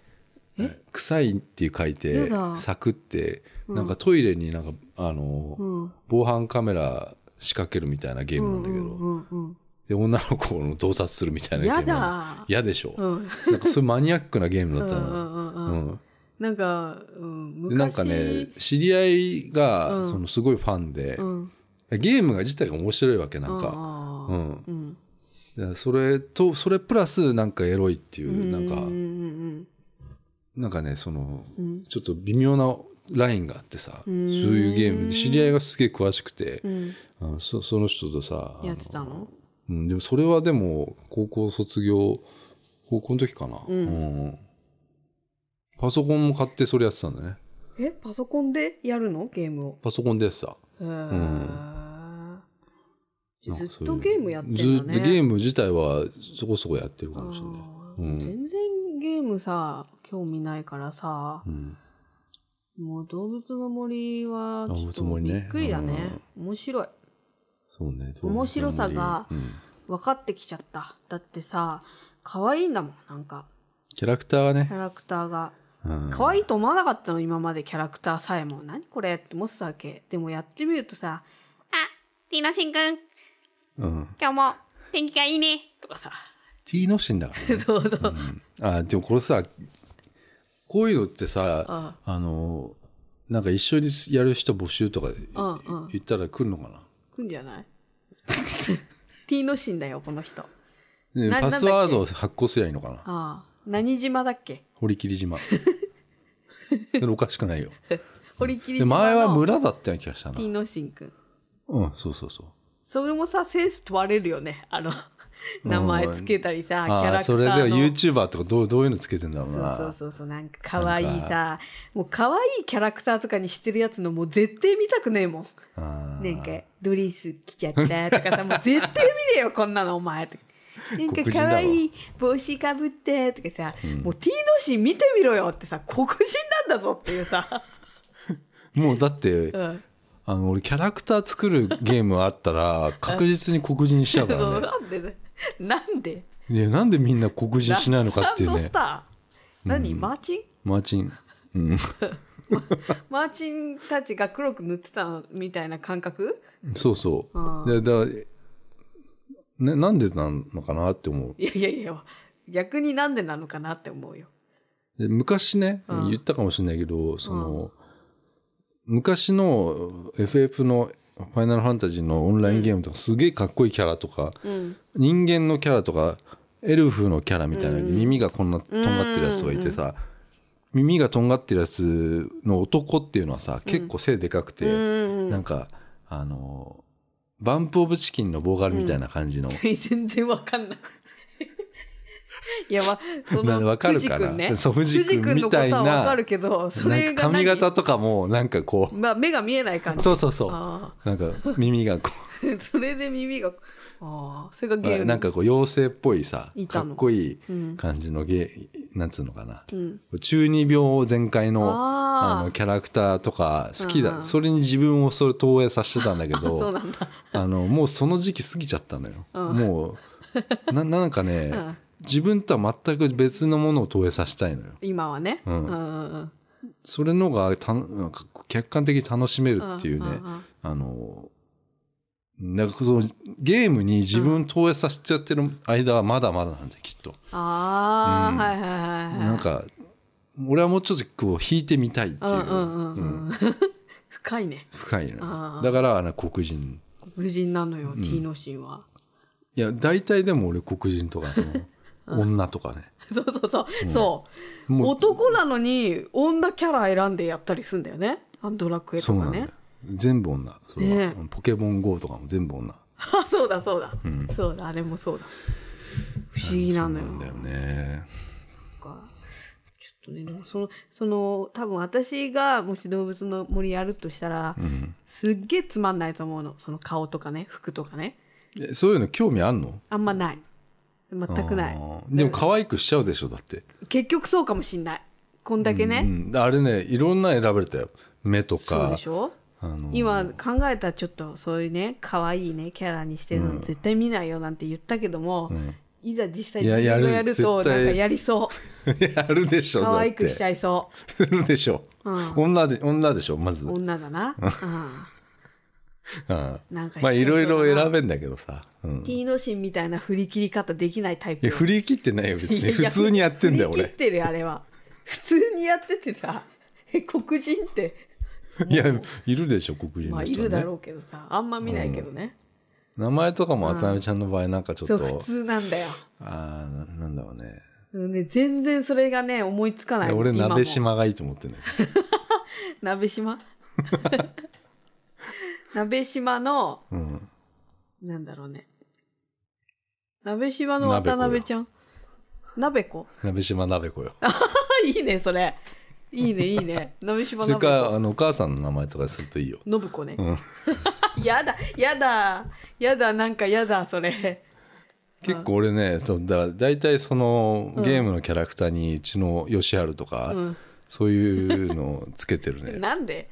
え、臭いっていう書いてや、だ作って、うんなんかトイレになんか、あの、うん。防犯カメラ仕掛けるみたいなゲームなんだけど、うんうんで、女の子の洞察するみたいうなん。ゲーやムなの。だ嫌でしょう。ん。なんかそういうマニアックなゲームうだっんうたの。んううん。ん。なんか、うん、で昔。なんかね、知り合いが、うんそのすごいファンでう、ん、ゲームが自体が面白いわけ、なんか。あうーん。うん。でそれと、それプラスなんかエロいっていう、なんうんうか、んなんかね、その、うんうん。ちょっと微妙なラインがあってさ、そううんいうゲームで知り合いがすげえ詳しくてう、ん。あのそその人とさ、あやってたのうん、でもそれはでも、高校卒業高校の時かな。うんんパソコンも買ってそれやってたんだね。え、パソコンでやるのゲームを。パソコンでやってた。へーなんずかっそういうとゲームやってんだずね。っとゲーム自体はそこそこやってるかもしれない。あーうん全然ゲームさ、興味ないからさ、うん、もう動物の森はちょっ動物のと森びねっくりだね。面白い。そうね。面白さがうん分かってきちゃった。だってさ、可愛いんだもん、なんか。キャラクターがねキャ。ラクターが。うん可愛いと思わなかったの、今までキャラクターさえも。何これって思ってたわけ。でもやってみるとさ、あ、ティノシンくん、うん。今日も天気がいいね。とかさ。 T のシンだからね。そうそう。あでもこれさこういうのってさああのなんか一緒にやる人募集とかうんうん言ったら来るのか来んじゃない ?T のシンだよ、この人。あなねなパスワードを発行すりゃいいのかなあ。何島だっけ堀切 島それおかしくないよ堀切で島の前は村だったような気がしたな T のシンくん。うんそうそうそうそれもさ、センス問われるよね。あの、名前つけたりさ、キャあラあクタそーれの。では YouTuber とかどうどういうのつけてんだろうそうなそうそうそうなんか可愛いさもう可愛いキャラクターとかにしてるやつのもう絶対見たくねえもんあーなんかドレス着ちゃったとかさもう絶対見ねえよこんなのお前とかなんか黒人だわ可愛い帽子かぶってとかさ、もう T のシーン見てみろよってさ黒人なんだぞっていうさ、もうだってうん、あの俺キャラクター作るゲームあった ら確実に黒人にしちゃうからそねうなんでねなんでいやなんでみんな黒人しないのかっていうラッサンドねスター何、マーチンマーチン。うん。 マーチンたちが黒く塗ってたみたいな感覚そうそあう。でだななんでなのかなって思う。いやいやいや逆になんでなのかなって思うよで昔ね、うん言ったかもしれないけど、その、昔の FF のファイナルファンタジーのオンラインゲームとか、すげえかっこいいキャラとか、うん人間のキャラとか、エルフのキャラみたいな、うん耳がこんなとんがってるやつがいてさ、耳がとんがってるやつの男っていうのはさ、結構背でかくて、うんなんか、あの、バンプ・オブ・チキンのボーカルみたいな感じの。全然わかんない。いや、ま、そまあの、わかるかな藤君ね。そう藤君藤のことみたいなはわかるけど、そなれんがか何髪型とかも、なんかこまあ、目が見えない感う、じ。そうそうそう。あなんか耳がこあ それで耳が、ああ、それがう、ゲーム。なんかこう妖精っぽいさい、たかのっこいうんい感じのゲ、なんつうのかな。うん。中二病全開の、ああの、キャラクターとか好きうんうだ。んそれに自分をそれ投影させてたんだけ あ、そうど、なんだ。あの、もうその時期過ぎちゃったのよ。うんもう、な、なんかね、 うん自分とは全く別のものを投影させたいのよ。今はね。うんうんうんそれのがたのなんか客観的に楽しめるっていうね、うんうんあのなんかそのゲームに自分を投影させちゃってる間はまだまだなんだよきっと、ああ、うんはいはいはいはい。なん、か俺はもうちょっとこう引いてみたいってういんう、うんうんうん。 深いね。深いねあーだからあの黒人黒人なのよ、ん T のシーンは。 いや大体でも俺黒人とかの女とかね、そうそうそう。そう。もう男なのに女キャラ選んでやったりするんだよねあドラクエそとうなかんだよね全部女それは、ねポケモン GO とかも全部女あ そうだそうだ、んそうだあれもそうだ不思議なのよそうなんだよねなんかちょっとねでもそのその多分私がもし動物の森やるとしたら、んすっげえつまんないと思うのその顔とかね服とかねえそういうの興味あんのあんまない全くないあーでも可愛くしちゃうでしょだって結局そうかもしんないこんだけね、うん、あれねいろんな選ばれたよ目とそうでかしょあの今 考えたらちょっとそういうね可愛いねキャラにしてるの絶対見ないよなんて言ったけども、んいざ実際い自や分がややるると絶なんか対やりそうやるでしょ可愛くしちゃゃいそするでしょ、うん女で女でしょまず、ううん、女だな、うまん、なんかあいろいろ選ぶべんだけどさ、うん、い T のシンみたいな振り切り方できないタイプや振り切ってないよ別に普通にやってんだよ振り切俺ってるよあれは普通にやっててさえ黒人っていやいるでしょ黒人まの人、あねいるだろうけどさあんま見ないけどね、名前とかも渡辺ちゃんの場合なんかちょっそうと、普通なんだよああななんだろうねうんね全然それがね思いつかないいや俺今も鍋島がいいと思ってんだけ鍋島 鍋島のど、うん、なんだろうね鍋島の渡辺ちゃん鍋子。鍋島鍋子よ。あ、いいね、それ。いいね、いいね。鍋島それ鍋か、子。あの、お母さんの名前とかにするといいよ。信子ねう。ん。やだ、やだ、やだ、なんかやだ、それ。結構俺ね、そうだ大体そのうんゲームのキャラクターにうちの吉原とか、うん。そういうのをつけてるね。なんで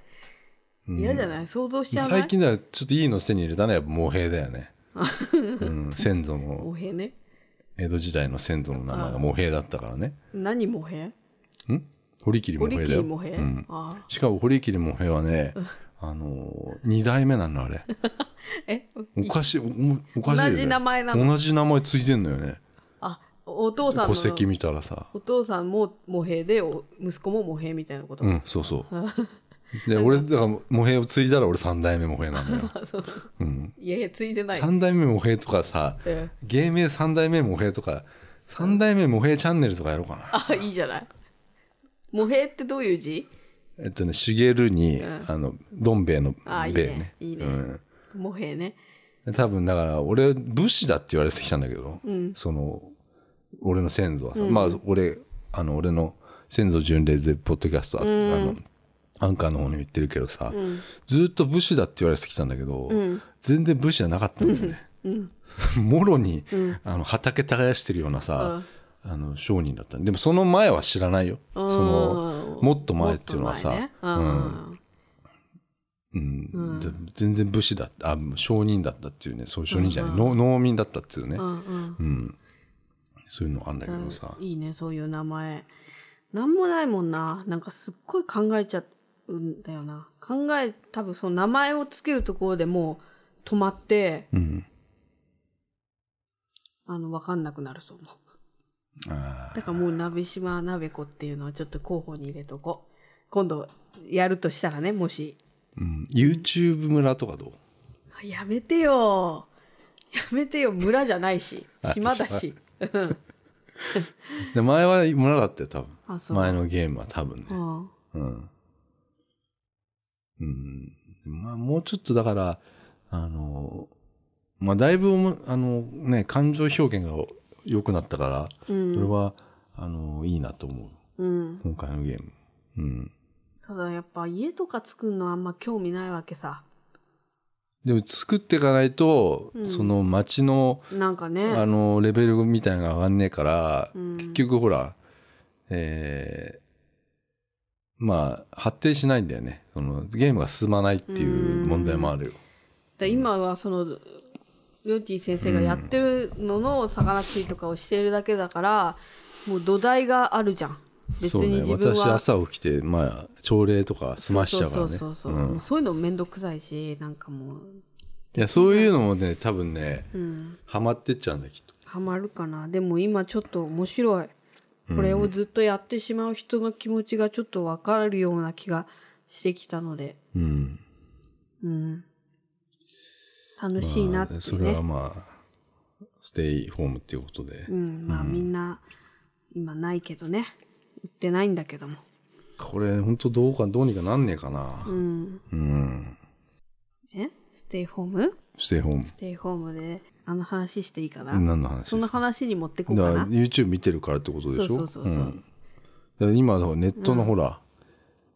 うん嫌じゃない想像しちゃう最近ではちょっといいの手に入れたのはやっぱ茂平だよね。うん、先祖の、モヘね。江戸時代の先祖の名前が茂平だったからね。何モヘん堀切オ茂リ平キだリよ。モヘうん、あしかも堀切茂平はね、あのー、2代目なのあれ。あ。えおかしい、おおかしいよね。同じ名前なの同じ名前ついてんのよね。あ、お父さん戸籍の。見たらさ。お父さんもモヘで、お息子もモヘみたいなことう。ん、そうそう。で、俺、だから、モヘを継いだら俺3代目モヘな のよ。うん。いやいや、ついてない。 3代目モヘとかさ、ええ芸名3代目モヘとか、3代目モヘチャンネルとかやろうかな。あ、いいじゃない。モヘってどういう字えっとね、しげるに、うんあの、どん兵衛のあいい兵衛ねね。いいねうんモヘね。で多分だから俺武士だって言われてきたんだけど、うんその俺の先祖はさ、うんまあ俺あの俺の先祖巡礼でポッドキャストあ,、うんあのアンカーの方に言ってるけどさ、うん。ずっと武士だって言われてきたんだけど、うん全然武士じゃなかったんだよね、うん。 もろに、うんあの畑耕してるようなさ、あの商人だったでもその前は知らないよ、うんそのもっと前っていうのはさ、もっと前ねうんうんうんで全然武士だったあ商人だったっていうねそう商人じゃない、うんの農民だったっていうね、うんうんうん。そういうのあんだけどさ。いいねそういう名前なんもないもんななんかすっごい考えちゃうんだよな考え多分その名前をつけるところでもう止まってうん。あの分かんなくなるそう思うあだからもう鍋島鍋子っていうのはちょっと候補に入れとこう今度やるとしたらねもしーうん。YouTube 村とかどうやめてよやめてよ村じゃないしあ島だしうんで前は村だったよ、多分。あそう前のゲームは多分ねう。んうん。うん。まあ、もうちょっとだから、あの、まあ、だいぶおも、あのね、感情表現が良くなったから、うそれんは、あの、いいなと思う。うん今回のゲーム。うん。ただやっぱ家とか作るのあんま興味ないわけさでも作っていかないと、うんその街の、なんかねあの、レベルみたいなのが上がんねえから、うん結局ほら、えーまあ、発展しないんだよね。その、ゲームが進まないっていう問題もあるよ。で今はそのりょうちん先生がやってるのの魚釣りとかをしてるだけだから、もう土台があるじゃん別そうにね。自分私は朝起きて、まあ、朝礼とか済ましちゃうからね。そうそうそうそう、うんもうそういうのめんどくさいしなんかもういや、そういうのもね、多分ね、うんハマってっちゃうんだよ、きっと。ハマるかなでも今ちょっと面白いこれをずっとやってしまう人の気持ちがちょっとわかるような気がしてきたのでうん。うん楽しいなってまね、あそれはまあ、ステイホームっていうことで。うん、まあみんな、今ないけどね。売ってないんだけども。これ、本当どうか、どうにかなんねえかなう。ん。うん。えステイホームステイホーム。ステイホームで、あの話していいかな何の話ですその話に持ってこうだかからな。 YouTube 見てるからってことでしょそうそうそうそうんだから今のネットのほら、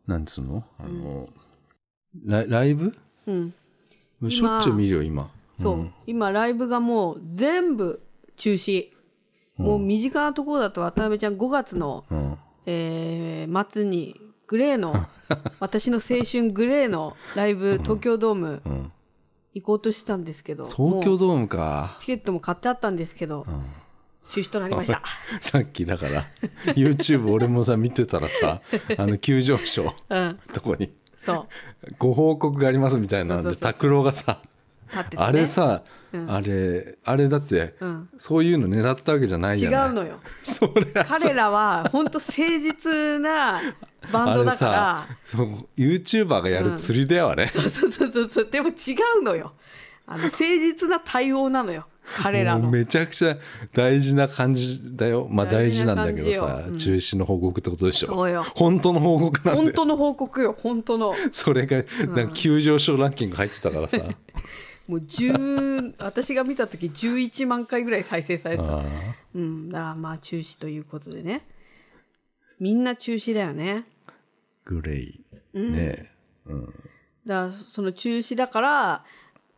なんつうのあの、ラライブうん。しょっちゅう見るよ今そう。今、ライブがもう全部中止。もう身近なところだと渡辺ちゃん5月の、うんえー末に、グレ ーの、私の青春グレーのライブ、東京ドームうん行こうとしてたんですけど、東も京うドームかチケットも買ってあったんですけど、ん 中止となりました。さっきだ から YouTube 俺もさ見てたらさあの急上昇のうん、とこにそう。ご報告がありますみたいなんそうでそうそうそう拓郎がさ立ってて、ね。あれさ、うんあれあれだって、うんそういうの狙ったわけじゃない違じうゃないのよ。それは彼ら は本当誠実なバンドだかあれさそう YouTuber がやる釣りだよあれ、ら。そうそうそうそう。でも違うのよ。あの誠実な対応なのよ。彼らもうの。めちゃくちゃ大事な感じだよまあ大大事事ななんだ感けじどよさ、うん中止の報告ってことでしょそうよ本当の報告なん本で当の報告よ。本当の。 それがなんか急上昇ランキング入ってたからさ、もう十私が見た時11万回ぐらい再生されてたあーうんだからまあ中止ということでねみんな中止だよねグレイ。うんねえ。うん。だからその中止だから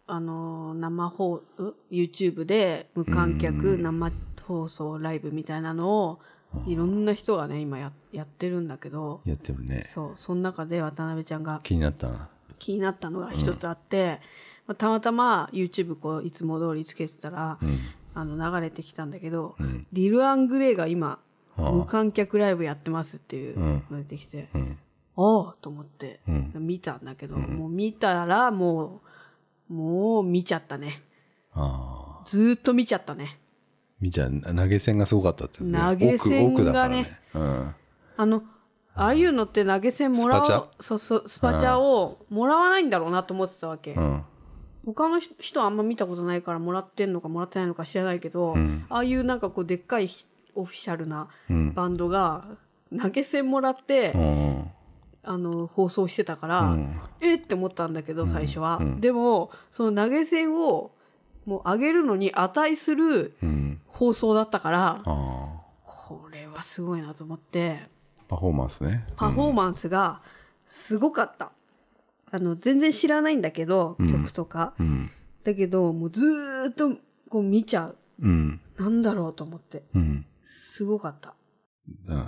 あのー生放う YouTube で無観客うん生放送ライブみたいなのをいろんな人がね今ややってるんだけどやってるね。そうその中で渡辺ちゃんが気になったな。気になったのが一つあって、まあたまたま YouTube こういつも通りつけてたら、うん。あの流れてきたんだけど、うん。リル・アングレイが今ああ無観客ライブやってますっていうのが出てきて、うん。おおと思ってうん。見たんだけど、うんもう見たらもうもう見ちゃったねああ。ずーっと見ちゃったねみーちゃん、投げ銭がすごかったって、投げ銭奥奥だからがね。うん。あのああいうのって投げ銭もらスパチャうそうそうスパチャをもらわないんだろうなと思ってたわけ、うん。他の人人はあんま見たことないからもらってんのかもらってないのか知らないけど、うんああいうなんかこうでっかいひオフィシャルなうん。バンドが投げ銭もらって、うん。あの放送してたから、うんえって思ったんだけど最初は、うんでもその投げ銭をもう上げるのに値するうん。放送だったからあこれはすごいなと思ってあ。パフォーマンスね。パフォーマンスがすごかった、あの全然知らないんだけどうん曲とか、うん。だけどもうずーっとこう見ちゃううん。なんだろうと思ってうん。すごかったうん。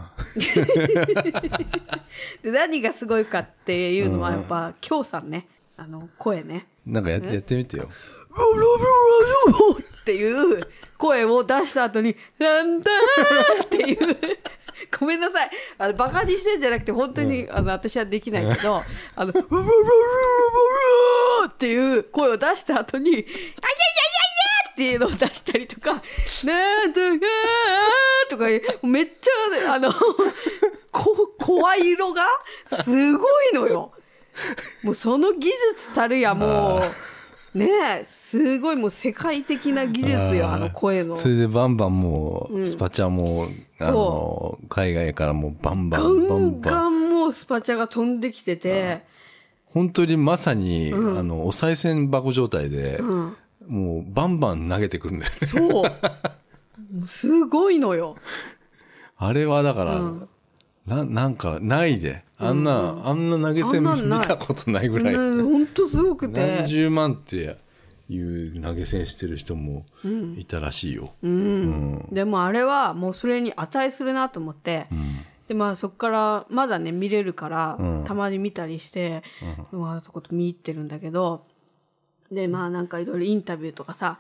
で何がすごいかっていうのはうんやっぱ京さんねあの声ねなんかやってやってみてよ。っていう声を出した後に、なんだーっていう。ごめんなさい。あの、バカにしてんじゃなくて、本当に、あの、私はできないけど、あの、うるるるるるるっていう声を出した後に、あいやいやいやいやっていうのを出したりとか、なんとかーとか、めっちゃ、あの、こ、声色が、すごいのよ。もうその技術たるや、もう。ねえ、すごいもう世界的な技術よ、あーあの声の。それでバンバンもうう、んスパチャも、あのそ、海外からもうバンバガン、バンバン。ンガンもうスパチャが飛んできてて、本当にまさに、あの、お賽銭箱状態で、うん、もうバンバン投げてくるんだよね。そう。もうすごいのよ。あれはだから、うんななんかないであんな、あんな投げあんな銭んない見たことないぐらいうんほんとすごく何て。十万っていう投げ銭してる人もうんいたらしいよ。う、うんんでもあれはもうそれに値するなと思って、うんでまあそこからまだね見れるから、うんたまに見たりして、まあそこと見入ってるんだけどでまあなんかいろいろインタビューとかさ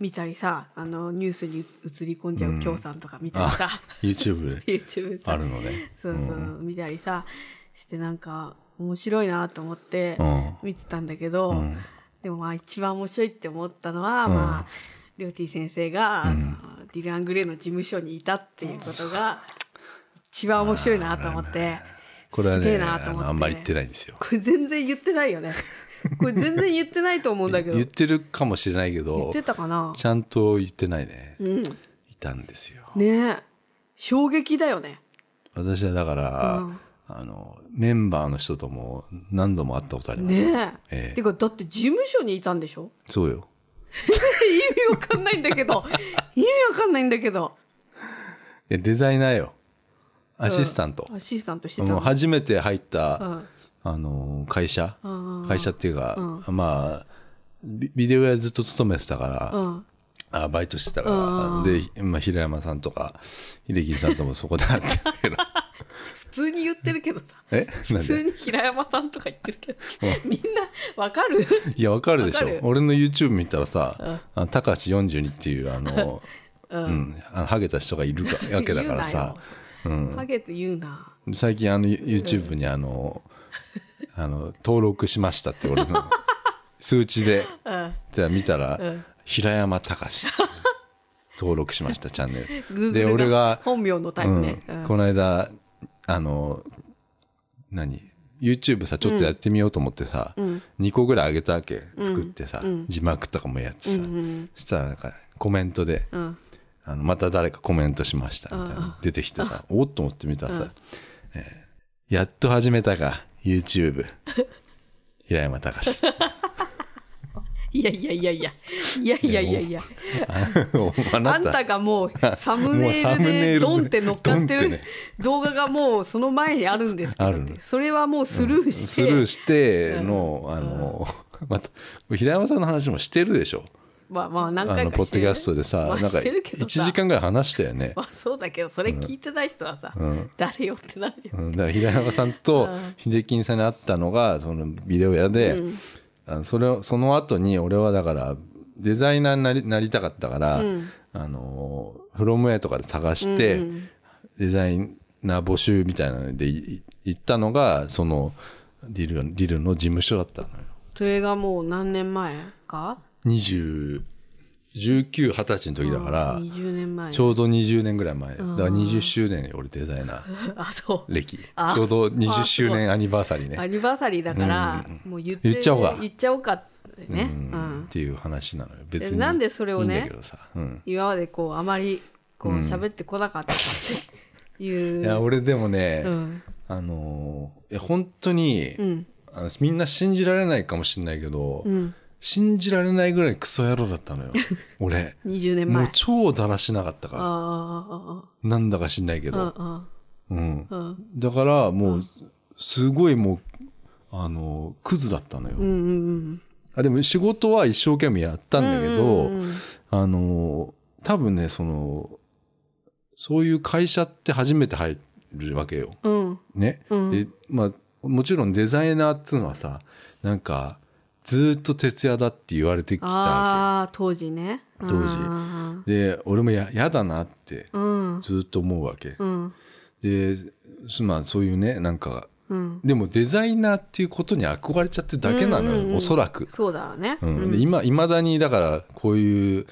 見たりさあのニュースに映り込んじゃう京さんとか見たりさ、 YouTube で YouTube あさるのね。そうそう、見たりさしてなんか面白いなと思ってうん見てたんだけど、うんでもまあ一番面白いって思ったのは、うんまありょうてぃ先生が、うんそのディラン・グレーの事務所にいたっていうことが一番面白いなと思ってこれはすげえねなとあ思ってのあんまり言ってないんですよ。これ全然言ってないよねこれ全然言ってないと思うんだけど 言言ってるかもしれないけどってたかなちゃんと言ってないね。うんいたんですよ。ねえ衝撃だよね私はだから、うんあのメンバーの人とも何度も会ったことあります。ねえええてかだって事務所にいたんでしょ そうよ。意味わかんないんだ けど意味わかんないんだけどいやデザイナーよアシスタント、アシスタントしてたもうの初めて入った、うんあの会社、うん会社っていうか、まあビビデオ屋ずっと勤めてたから、うんあバイトしてたから、うんで、まあ、平山さんとか秀樹さんともそこで会ってたけ ど普通に言ってるけどさえ な普ん通でに平山さんとか言ってるけ どみんなわかるいやわかるでしわかょる俺の YouTube 見たらさ「あ高橋42」っていうあの、 ううんん、あのハゲた人がい るかわけだからさ言うなよハゲて言うな最近あの YouTube にあの、あの登録しましたって俺 の数値でうんじゃあ見たら、うん平山隆っていう登録しましたチャンネル Google で俺が、本名のタイうプんね、うんこの間あの何 YouTube さちょっとやってみようと思ってさ、ん2個ぐらい上げたわけ作ってさ、うん字幕とかもやってさ、うんそしたらなんかコメントで、うんあのまた誰かコメントしましたみたいうんうんな出てきて さおっと思ってみたらさ、えーやっと 始めたか YouTube 平山隆いやいやいやいやいやいやいやいやああなんたたがもうサム ネもうサイルムネイでルドンって乗っかってドンるってね動画がもうその前にあるんですけあどるそれはもうスルーしてスルーしてのあのまた平山さんの話もしてるでしょまあまあ何あ回かのポッドキャストでさ、まなあんかしてるけどさ1時間ぐらい話したよねま、あそうだけどそれ聞いてない人はさ、うん誰よってなるよ、うん、だから平山さんとうん秀樹さんに会ったのがそのビデオ屋で、うんあのそれをその後に俺はだからデザイナーになりなりたかったから、うんあのフロムウェイとかで探して、うんデザイナー募集みたいなのでいい行ったのがそのディルディルの事務所だったのよそれがもう何年前か20 19、20歳の時だから、うん20年前ちょうど20年ぐらい前。だかんら20周年に俺デザイナー あそう歴。ちあょうど20あす周ごい年アニバーサリーアね。ニバーサリーだから、うんもう言って言っちゃおうか言っちゃおうかってね、うんうんっていう話なのよ。別でに。なんでそれをねいいんだけどさ。うん今までこうあまりこううん喋ってこなかったってい う、いや、俺でもねう、んあのー、いや本当にう、んあのみんな信じられないかもしれないけどう、ん信じられないぐらいクソ野郎だった のよ。俺。 20年もう前超だらしなかったから。あなんだか知んないけああああど。あうん。ああだからもう、すごいもう、あの、クズだったのよ。うんうんうんあでも仕事は一生懸命やったんだけど、うんうんうんあの、多分ね、その、そういう会社って初めて入るわけよ。うんね。うんで、まあ、もちろんデザイナーっていうのはさ、なんか、ずっと徹夜だって言われてきたわああ当時ね当時時け。で、俺もややだなってうんずっと思うわけ。うんで、まあそういうね、なんか、うんでもデザイナーっていうことに憧れちゃってるだけなのよ、うんうんうんおそらく。そうだねうんうんで今いまだにだからこういう、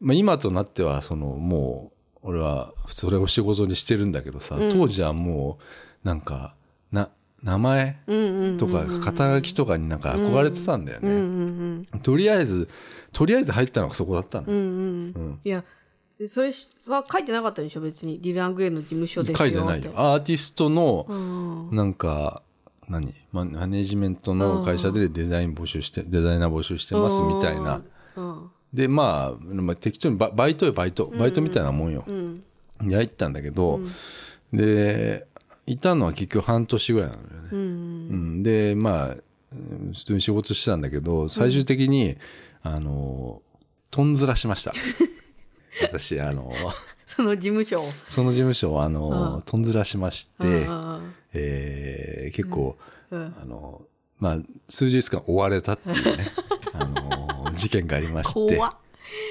まあ、今となってはそのもう俺はそれを仕事にしてるんだけどさ、うん当時はもうなんかな名前うんうんうんとか肩書きとかになんか憧れてたんだよね、うんうんとりあえずとりあえず入ったのがそこだったのうんうよ、んううんんいやそれは書いてなかったでしょ別にディラン・グレーの事務所です書よいてないってよアーティストのうんなんか何ママネジメントの会社でデザイン募集してデザイナー募集してますみたいなうんでまあまあ適当にババイトよバイトバイトみたいなもんよ、うんで入ったんだけど、でいたのは結局半年ぐらいなのよね、ううんんでまあうん普通に仕事してたんだけど最終的に、あのとんずらしました 私あのその事務所をその事務所をあの、うんとんずらしまして、うんえー結構、うんあのまあ数日間追われたっていうねあの事件がありまして怖っ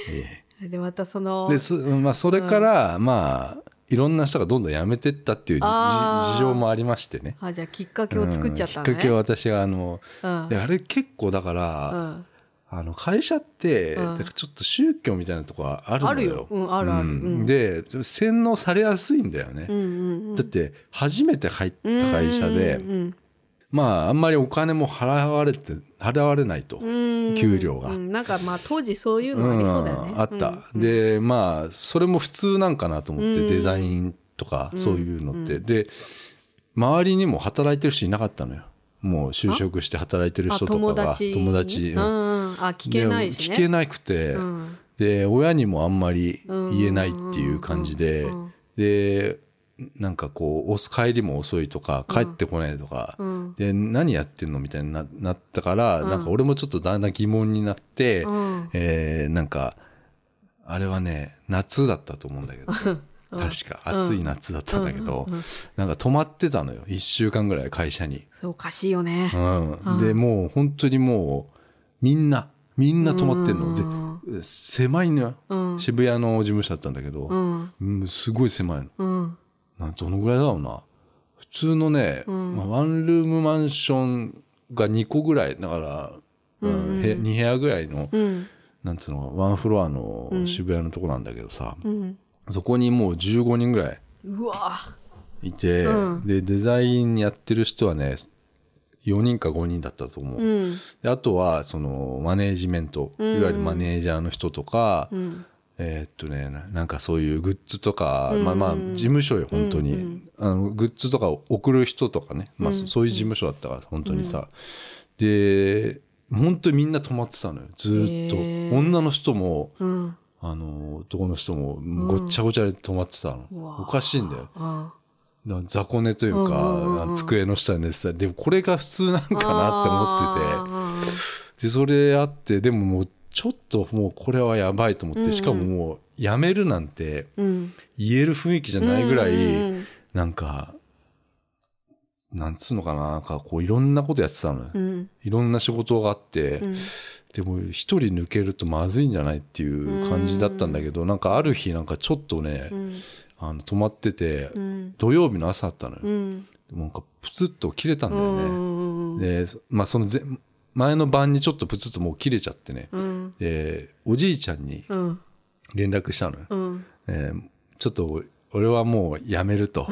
ええでまたそのでそ,、まあ、それから、まあいろんな人がどんどん辞めてったっていうじあー事情もありましてね。あじゃあきっかけを作っちゃったうのんきねっかけは私があの、うんであれ結構だかうら、んあの会社って、うんだからちょっと宗教みたいなとこはあるのよ。あるようんあるあるうんで洗脳されやすいんだよね。うんうんうんだって初めて入った会社で、うんうんまああんまりお金も払われて払われないと。うんうん給料がうんなんかまあ当時そういうのありそうだよね、ん、あった、うんでまあそれも普通なんかなと思って、うんデザインとかうんそういうのって、うで周りにも働いてる人いなかったのよもう就職して働いてるあ人とか友が達にううんんうんあ聞けないしねで聞けなくて、うんで親にもあんまり言えないっていう感じで、うんでなんかこうお帰りも遅いとか帰ってこないとか、うんで何やってんのみたいにななったから、うんなんか俺もちょっとだんだん疑問になって、うんえーなんか、あれはね、夏だったと思うんだけど、確か、 うん暑い夏だったんだけどうんうんうん、なんか泊まってたのよ、1週間ぐらい会社に。それおかしいよねう、うんん。で、もう本当にもう、みんな、みんな泊まってんの。で、狭いのよ。うん渋谷の事務所だったんだけうど、んうん、すごい狭いの。うんなどのぐらいだろうな。普通のね、うんまあワンルームマンションが2個ぐらい、だから、うん2部屋ぐらいのうんなんつうのワンフロアのうん渋谷のとこなんだけどさ、うんそこにもう15人ぐらいうわいて、うんでデザインやってる人はね4人か5人だったと思う、うんであとはそのマネージメント、うんいわゆるマネージャーの人とか、うんえーっとねななんかそういうグッズとか、うんまあまあ事務所よ本当に、うんうあのグッズとかを送る人とかね、まあ、うんそそういう事務所だったから本当にさ、で本当にみんな止まってたのよずーっと、へー女の人もうん。あの男の人もごっちゃごちゃで止まってたの、うわおかしいんだよあだから雑魚寝というか、うんうんうんうんあの机の下に寝てたでもこれが普通なんかあなって思って思ってて。てでそれあってでももうちょっともうこれはやばいと思って、うんうんしかももうやめるなんてうん。言える雰囲気じゃないぐらい、うんなんかなんつうのかななんかこういろんなことやってたのよ、うんいろんな仕事があって、うん。でも一人抜けるとまずいんじゃないっていう感じだったんだけど、なんかある日なんかちょっとね、うん。あの泊まってて、うん。土曜日の朝あったのよ、うん。なんかプツッと切れたんだうよね、ん。でそまあその前前の晩にちょっとプツッともう切れちゃってね、うん。でおじいちゃんにうん。連絡したのよ、うん。えーちょっと俺はもう辞める と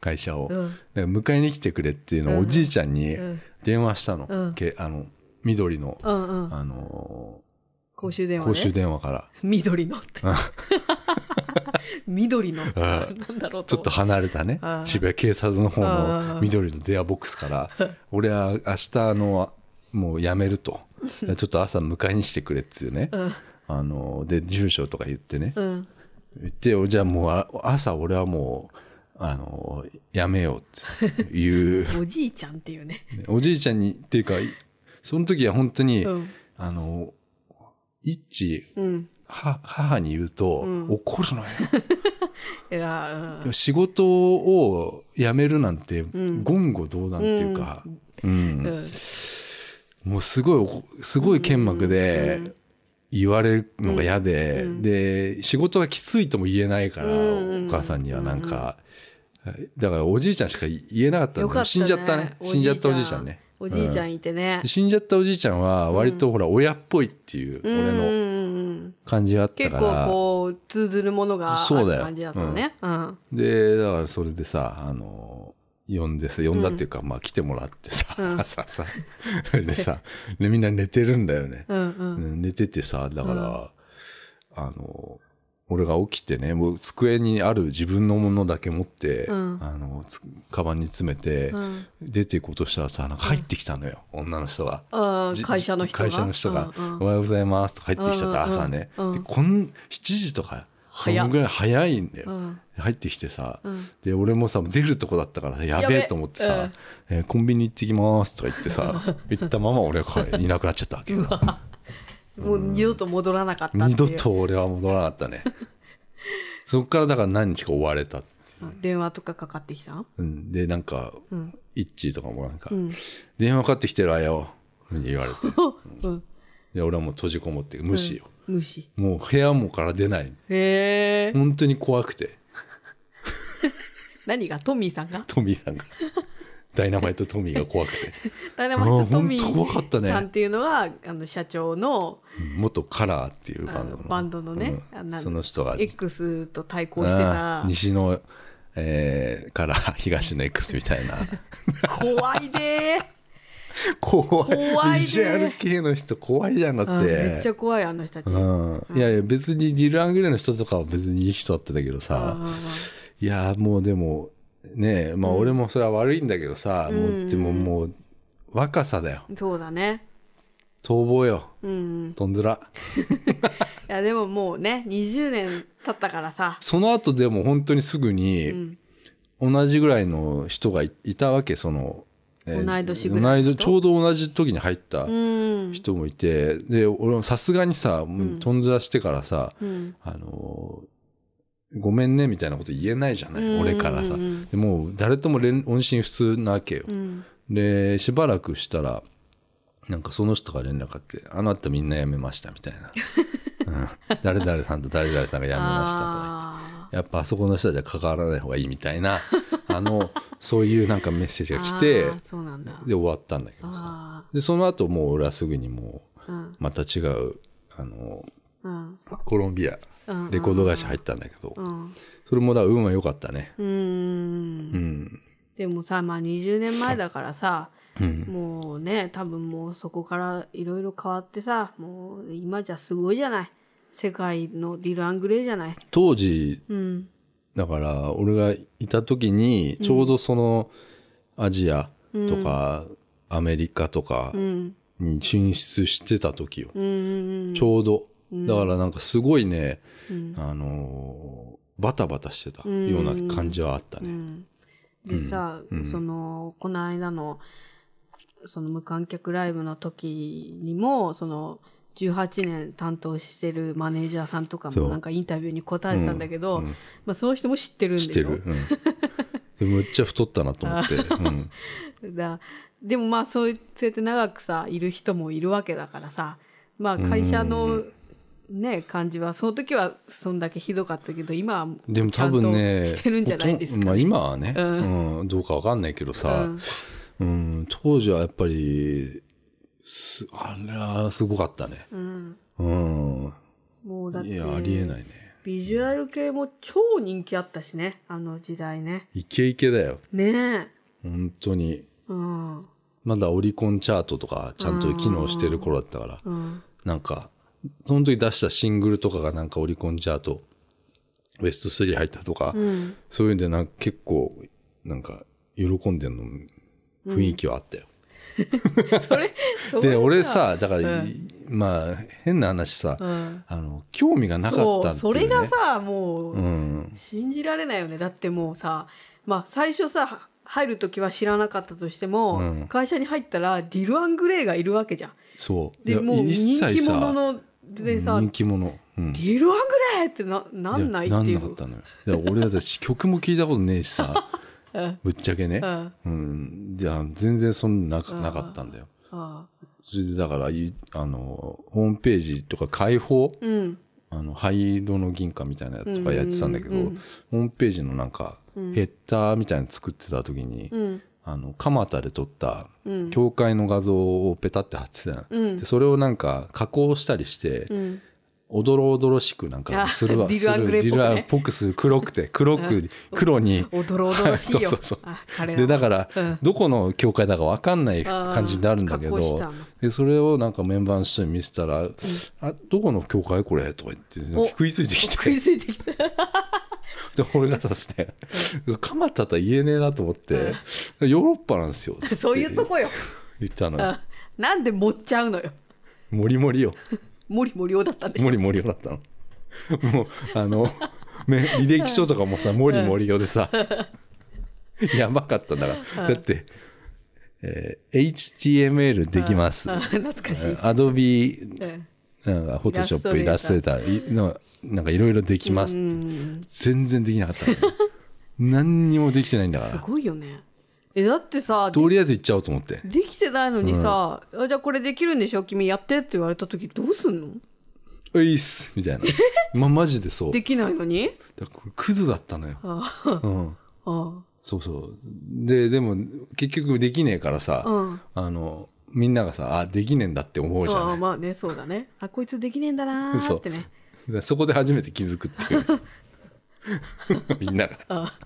会社を、うだんから迎えに来てくれっていうのをおじいちゃんにうん電話したの、うんけあの緑の、うんうん。あの公衆電ー話ね。公衆電話から緑のって。緑の。なんだろうちょっと離れたねあー渋谷警察の方あのー緑の電話ボックスから「俺は明日あのもう辞める とちょっと朝迎えに来てくれ」っつうね、うん。あので住所とか言ってねうん。言ってよじゃあもうあ朝俺はもうあの辞めようっていうおじいちゃんっていうね。おじいちゃんにっていうかいその時は本当に、うん。あの一うん。は母に言うと、うん怒るのよ。いや、うん仕事を辞めるなんてん言語道断っていうか、うんうん。もうすごいおすごい剣幕でうん言われるのが嫌で、うんで仕事がきついとも言えないから、うんお母さんにはなんか、だからおじいちゃんしか言えなかったんよだかったね死んじゃったね死んじゃったおじいちゃんねおじいちゃうんいてねで。死んじゃったおじいちゃんは割とほら親っぽいっていううんうん俺のうんうん。感じがあった結か構ら、こう、通ずるものがあそうだるよ感じだったのね。うん。でだからそれでさあの呼んでさ呼んだっていうか、まあ来てもらってさ、うん朝 さそれでさでみんな寝てるんだよね、うんうん。寝ててさだから、あの俺が起きてねもう机にある自分のものだけ持って、うんあのつカバンに詰めて、うん出ていこうとしたらさなんか入ってきたのよ、女の人が。あじー会社の人が。会社の人がうんうんおはようございます」とか入ってきちゃったうんうんうん朝ね、うんでこん7時とかそ早っのぐらい早いんだよ、うん入ってきてさ、うんで俺もさ出るとこだったからさややべべえと思ってさ「えーコンビニ行ってきます」とか言ってさ 行ったまま俺はこれいなくなっちゃったわけよもう二度と戻らなかったっていう二度と俺は戻らなかったねそっからだから何日か追われた、うん電話とかかかってきたうん、でなんかうんイッチーとかもなんか、うん電話かかってきてるわよ」って言われて うんで俺はもう閉じこもって無視よ、無視もう部屋もから出ないへえ本当に怖くて何がトミーさんがトミー さんがダイナマイトトミーが怖くてダイナマイトトミあーほんと怖かったーねさんっていうのはあの社長の元カラーっていうバンドあののバンドのねうんあなんその人が X と対抗してあーた西の、えー、 から東の X みたいな怖いでー 怖い怖いねビジュアル系の人怖いじゃんだって、 うんめっちゃ怖いあの人たちうん、いやいや別にディル・アングレイの人とかは別にいい人だったんだけどさ、あいやもうでもねえまあ俺もそれは悪いんだけどさ、もうでももう若さだよーそうだね逃亡ようんとんずらいやでももうね20年経ったからさその後でも本当にすぐうにん同じぐらいの人がいいたわけその、えー同い年ぐらいの同人ちょうど同じ時に入ったうん人もいて、で俺もさすがにさもうとんずらしてからさ、うんあのーごめんねみたいなこと言えないじゃない、うん俺からさ、うんうんでもう誰とも連音信不通なわけよ、うんでしばらくしたらなんかその人が連絡あって「あなたみんな辞めました」みたい な「うん、誰々さんと誰々さんが辞めました」とか言って。あやっぱあそこの人じゃ関わらない方がいいみたい なあのそういうなんかメッセージーが来てあーそうなんだで終わったんだけどさあでその後もう俺はすぐにもうーうんまた違うあのうんコロンビアうんレコード会社入ったんだけどうんそれもだから運は良かったねうーんうんでもさまあ20年前だからさうんもうね多分もうそこからいろいろ変わってさもう今じゃすごいじゃない世界のディル・アングレイじゃない当時うんだから俺がいた時にちょうどそのアジアとかアメリカとかうんに進出してた時よ。うんうんうんちょうど。だからなんかすごいね、うんあのーバタバタしてたうんような感じはあったうね。んでさ、うんそのこの間のその無観客ライブの時にもその18年担当してるマネージャーさんとかそもうなんかインタビューに答えてたんだけど、うんうんまあ、その人も知ってるんでししょてる。うん、でむっちゃ太ったなと思って。うんだでもまあそうやって長くさいる人もいるわけだからさまあ会社のね感じはその時はそんだけひどかったけど今はでも多分ね、 ちゃんとしてるんじゃないですかねほとんまあ今はね、ううんどうかわかんないけどさ、うん当時はやっぱり、すあれはすごかったね。うん、うん。もうだっていや、ありえないね。ビジュアル系も超人気あったしねあの時代ねイケイケだよ。ねえ本当に。うんまだオリコンチャートとかちゃんと機能してる頃だったから、うんなんか、その時出したシングルとかがなんかオリコンチャート、ベスト3入ったとか、うんそういうんでなんか結構、なんか、喜んでんの雰囲気はあったよ。それそれで、さ俺さ、だから、うんまあ、変な話さ、うんあの、興味がなかったそっうていう、ね。それがさもう、うん。信じられないよねだってもうさまあ最初さは入る時は知らなかったとしても、うん会社に入ったらディル・アングレイがいるわけじゃんそう。いでやもう一人切気さ者のでさ、人デ気者。うん。ィル・アングレイってななんないいっやていなんなかうったのよ。だから俺だって曲も聞いたことねえし さ、うんぶっちゃけねう。んうん。じゃあ、全然そんななかうんなかったんだよ。ああそれでだから、いあの、ホームページとか開放、うんあの、灰色の銀貨みたいなやつとかやってたんだけど、うんうんうんホームページのなんか、うんヘッダーみたいなの作ってた時に、うんあの、蒲田で撮った、うん教会の画像をペタって貼ってたの、うんでそれをなんか加工したりして、うんおどろおどろしくなんかするわあディすルるアングレっぽくディねルアンっぽくする黒くて黒く黒におどろおどろしいよ そうそうそうあ彼らでだから、うんどこの教会だかわかんない感じになるんだけあー加工したどのでそれをなんかメンバーの人に見せたら「あどこの教会これ?」とか言ってお食いついてき 食いてついてきたで俺がさして「蒲田とは言えねえな」と思って「ヨーロッパなんですよ」つってそういうとこよ言った のよあなんで盛っちゃうのよモリモリよモリモリをだったんでしょモリモリよだったの。もう、あの、め履歴書とかもさ、モリモリよでさ、やばかったんだから。だって、えー HTML できます。あ懐かしい、 Adobe、うんなんか、フォトショップ、イイララスストトレレーター、いのなんかいろいろできます。うん全然できなかったのよ。何にもできてないんだかすら。ごいよねえだってさでとりあえず行っちゃおうと思って。できてないのにさ、あじゃあこれできるんでしょ君やってって言われた時どうすんのういっすみたいな。ま、マジでそう。できないのにだからこれクズだったのよ。うん。あそうそう。で、でも、結局できねえからさ、うんあの、みんながさ、あ、できねえんだって思うじゃあん、ね。まあねそうだねあこいつできねえんだなーってねだからそこで初めて気づくっていう。みんなが。だか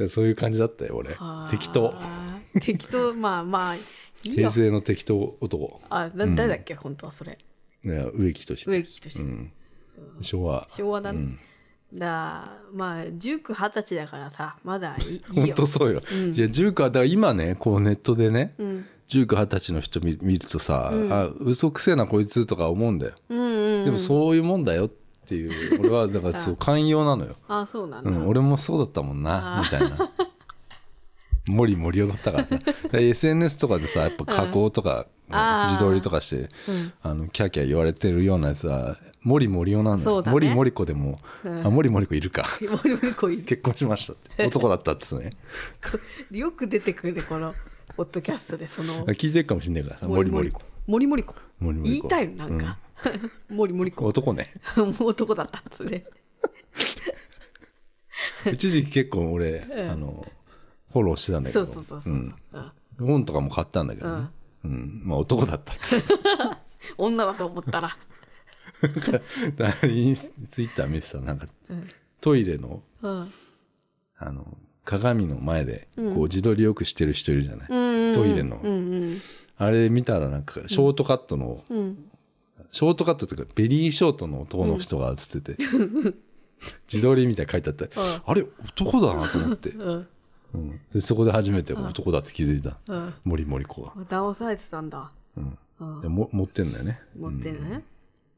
らそういう感じだったよ、俺あ。ー適当。 適当まあまあいい平よ成の適当男。あな誰だっけ、本当はそれね、植木とし植て。木として、うん。昭和。昭和だね、んだからまあ19二十歳だからさまだいいいいよ本当そうよ。うんいや、ジュークは、だから今ね、こうネットでね、うん十九二十歳の人見見るとさ、あ、嘘くせえなこいつとか思うんだよ。うんうんでもそういうもんだよって いう、俺はだからそう寛容なのよ。あそうなんだ、うん、俺もそうだったもんな、あーみたいな。モリモリだったから ね。だから SNS とかでさ、やっぱ加工とか、あー自撮りとかして、うんあの、キャーキャー言われてるようなやつは、モリモリオなのそよ。うだねモリモリ子でも、うんあ、モリモリ子いるか。森森子い結婚しましたって。男だったって ね。よく出てくるこのポッドキャストでその聞いてるかもしんないからさ、モリモリ子。森森子モリモ言リい子たいのなんか、 森森子も男ね。う男だったっつね一時期結構 俺、あの、フォローしてたんだけそど。うそうそうそう、んうん本とかも買ったんだけどね。うん。まあ男だったっつっ て女だと思ったらだからインスツイッター見てたらなんか、トイレの、うんあの、鏡の前で、うんこう自撮りよくしてる人いるじゃない。トイレのうんあれ見たらなんか、ショートカットの、うんうんショートカットというか、ベリーショートの男の人が映って て、自撮りみたいに書いてあって、あれ、男だなと思って。うんうんでそこで初めて男だって気づいたうん。森森子が。騙されてたんだうんでも持ってんだよね。持ってね、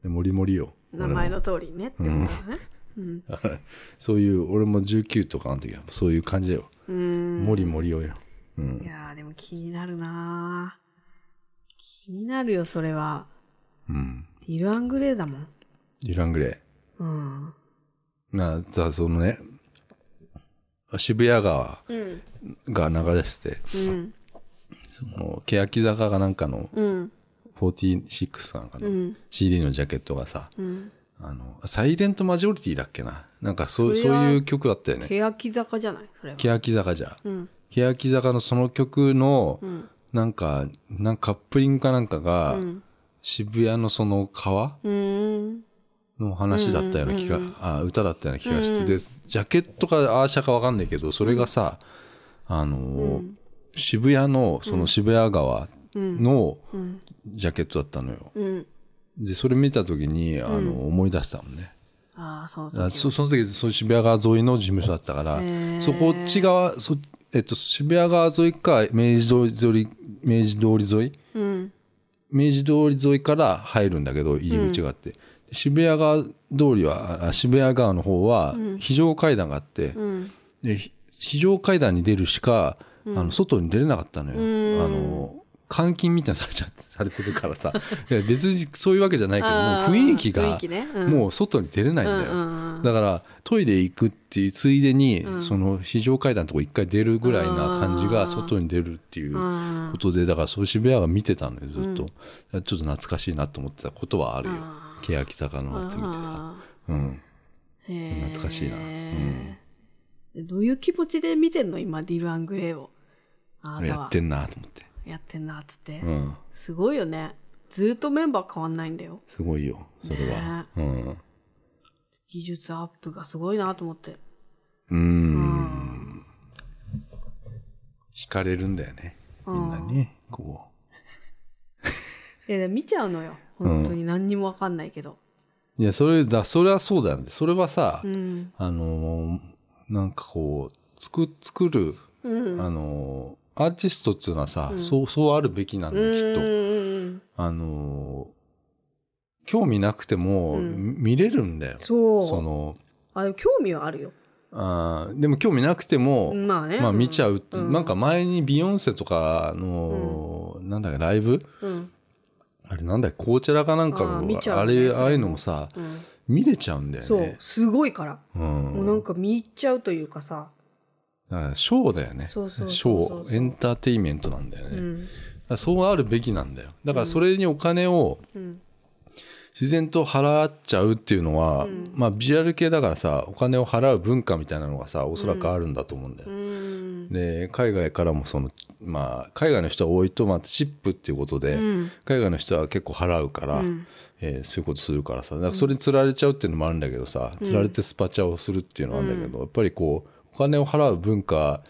でもりもりよ。名前の通りねってことだねうん俺も。そういう、俺も19とかの時は、そういう感じだよ。うーんもりもりよよ。うんい。やーでも気になるなー気になるよそれはうん。ディル・アングレーだもんディラングレうんー。な、じゃあそのね、渋谷川うんが流れてて、うんその、欅坂がなんかの、うん46なんかうのん CD のジャケットがさ、うんあの、サイレントマジョリティだっけな。なんかそう、そそれうはいう曲だったよね。欅坂じゃないそれは欅坂じゃん。うん欅坂のその曲の、うんなんか、なんかカップリングかなんかが、うん渋谷のその川うーんの話だったような気が、うんうんうんあ歌だったような気がして、うんで、ジャケットかアーシャかわかんないけど、それがさ、あのー、うん渋谷の、その渋谷川うんのうんジャケットだったのよ。うんで、それ見た時に、あの、思い出したもんね。ああそうあそその時、そう渋谷川沿いの事務所だったからへ、ーそこっち側、そえっと、渋谷川沿いか、明治通り沿い、明治通り沿いうん明治通り沿いから入るんだけど入り口があって、で渋谷川通りはあ渋谷川の方は非常階段があって、うんでひ非常階段に出るしか、あの外に出れなかったのよ、うんあの監禁みたいなのされちゃってされてるから さいや別にそういうわけじゃないけどもうあー雰囲気が雰囲気ねうんもう外に出れないんだよ、うんうんうんだからトイレ行くっていうついでに、その非常階段のとこ一回出るぐらいな感じあがー外に出るっていううんことでだからそう渋谷が見てたのよずっと、ちょっと懐かしいなと思ってたことはあるよあ欅坂のやつ見てさ、あうん、ーへー懐かしいなうんでどういう気持ちで見てんの今ディル・アングレーをあなたやはってんなと思って、やってんなっつって、うん、すごいよねずーっとメンバー変わんないんだよすごいよそれは、うん技術アップがすごいなと思ってうーん。惹かれるんだよね。みんなに、こいやでも見ちゃうのよ本当に何にもわかんないけどう。いや、それだ、それはそうだよね。それはさ、うんあのー、なんかこう、作、作る、うんあのー、アーティストっていうのはさ、そう、そうあるべきなのうよ、んきっと。うんあのー、興味なくても、うん見れるんだよ。そうその、あでも興味はあるよあーでも興味なくても、まあねまあ見ちゃうって、うんなんか前にビヨンセとかの、なんだっけ、ライブ、うんあれなんだっけ、コーチェラかなんかの、あーあ見ちゃうねれ、それもああいうのもさ、うん見れちゃうんだよね。そうすごいからうん。もうなんか見入っちゃうというかさだからショーだよね。そうそうそうそうショー、エンターテインメントなんだよね。だうかんらそうあるべきなんだよ。だからそれにお金をうん自然と払っちゃうっていうのは、うんまあビジュアル系だからさ、お金を払う文化みたいなのがさ、おそらくあるんだと思うんだよ。うんで、海外からもその、まあ、海外の人が多いと、まあ、チップっていうことで、うん海外の人は結構払うから、うんえーそういうことするからさだからそれに釣られちゃうっていうのもあるんだけどさ、釣られてスパチャをするっていうのはあるんだけど、やっぱりこうお金を払う文化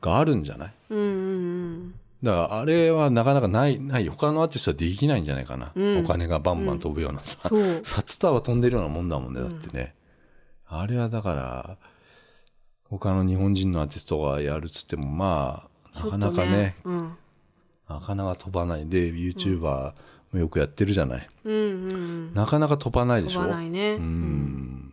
があるんじゃないうんうんだからあれはなかなかないない他のアーティストはできないんじゃないかな、うんお金がバンバン飛ぶようなさ、そう札束飛んでるようなもんだもんねだってね、あれはだから他の日本人のアーティストがやるっつってもまあなかなかねちょっとうんなかなか飛ばないで YouTuber もよくやってるじゃない、うんうんなかなか飛ばないでし飛ょばないねうう、ん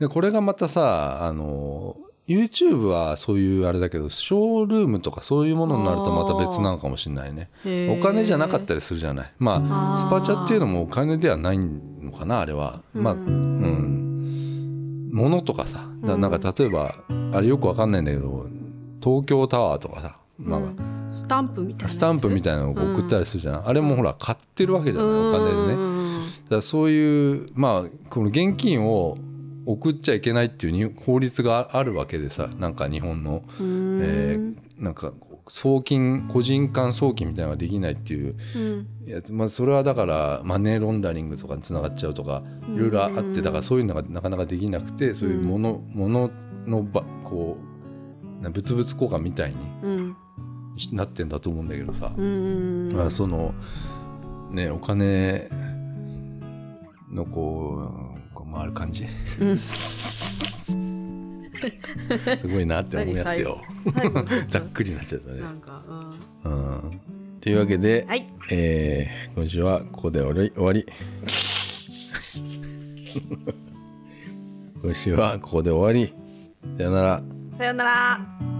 で、これがまたさ、あの、YouTube はそういうあれだけど、ショールームとかそういうものになるとまた別なのかもしれないね。へーお金じゃなかったりするじゃない。まあ、あースパチャっていうのもお金ではないのかな、あれは。まあ、ううんん。物とかさ、だうんなんか例えば、あれよくわかんないんだけど、東京タワーとかさ、まあ、うんスタンプみたいなスタンプみたいたいなのを送ったりするじゃん。あれもほら、買ってるわけじゃない、お金でね。だからそういうまあこの現金を送っちゃいけないっていうに法律がああるわけでさなんか日本の、えーなんかこう送金個人間送金みたいなのができないっていうやつ、まあ、それはだからマネーロンダリングとかにつながっちゃうとかいろいろあってだからそういうのがなかなかできなくてそういうものもののばこうな物々交換みたいになってんだと思うんだけどさ。まあ、そのねお金のこうこう回る感 じすごいなって思いますよ ざっくりになっちゃったねなんかうんうんというわけで、はい。えー今週はここで終わり終わり 今週はここで終わりさよならさようなら。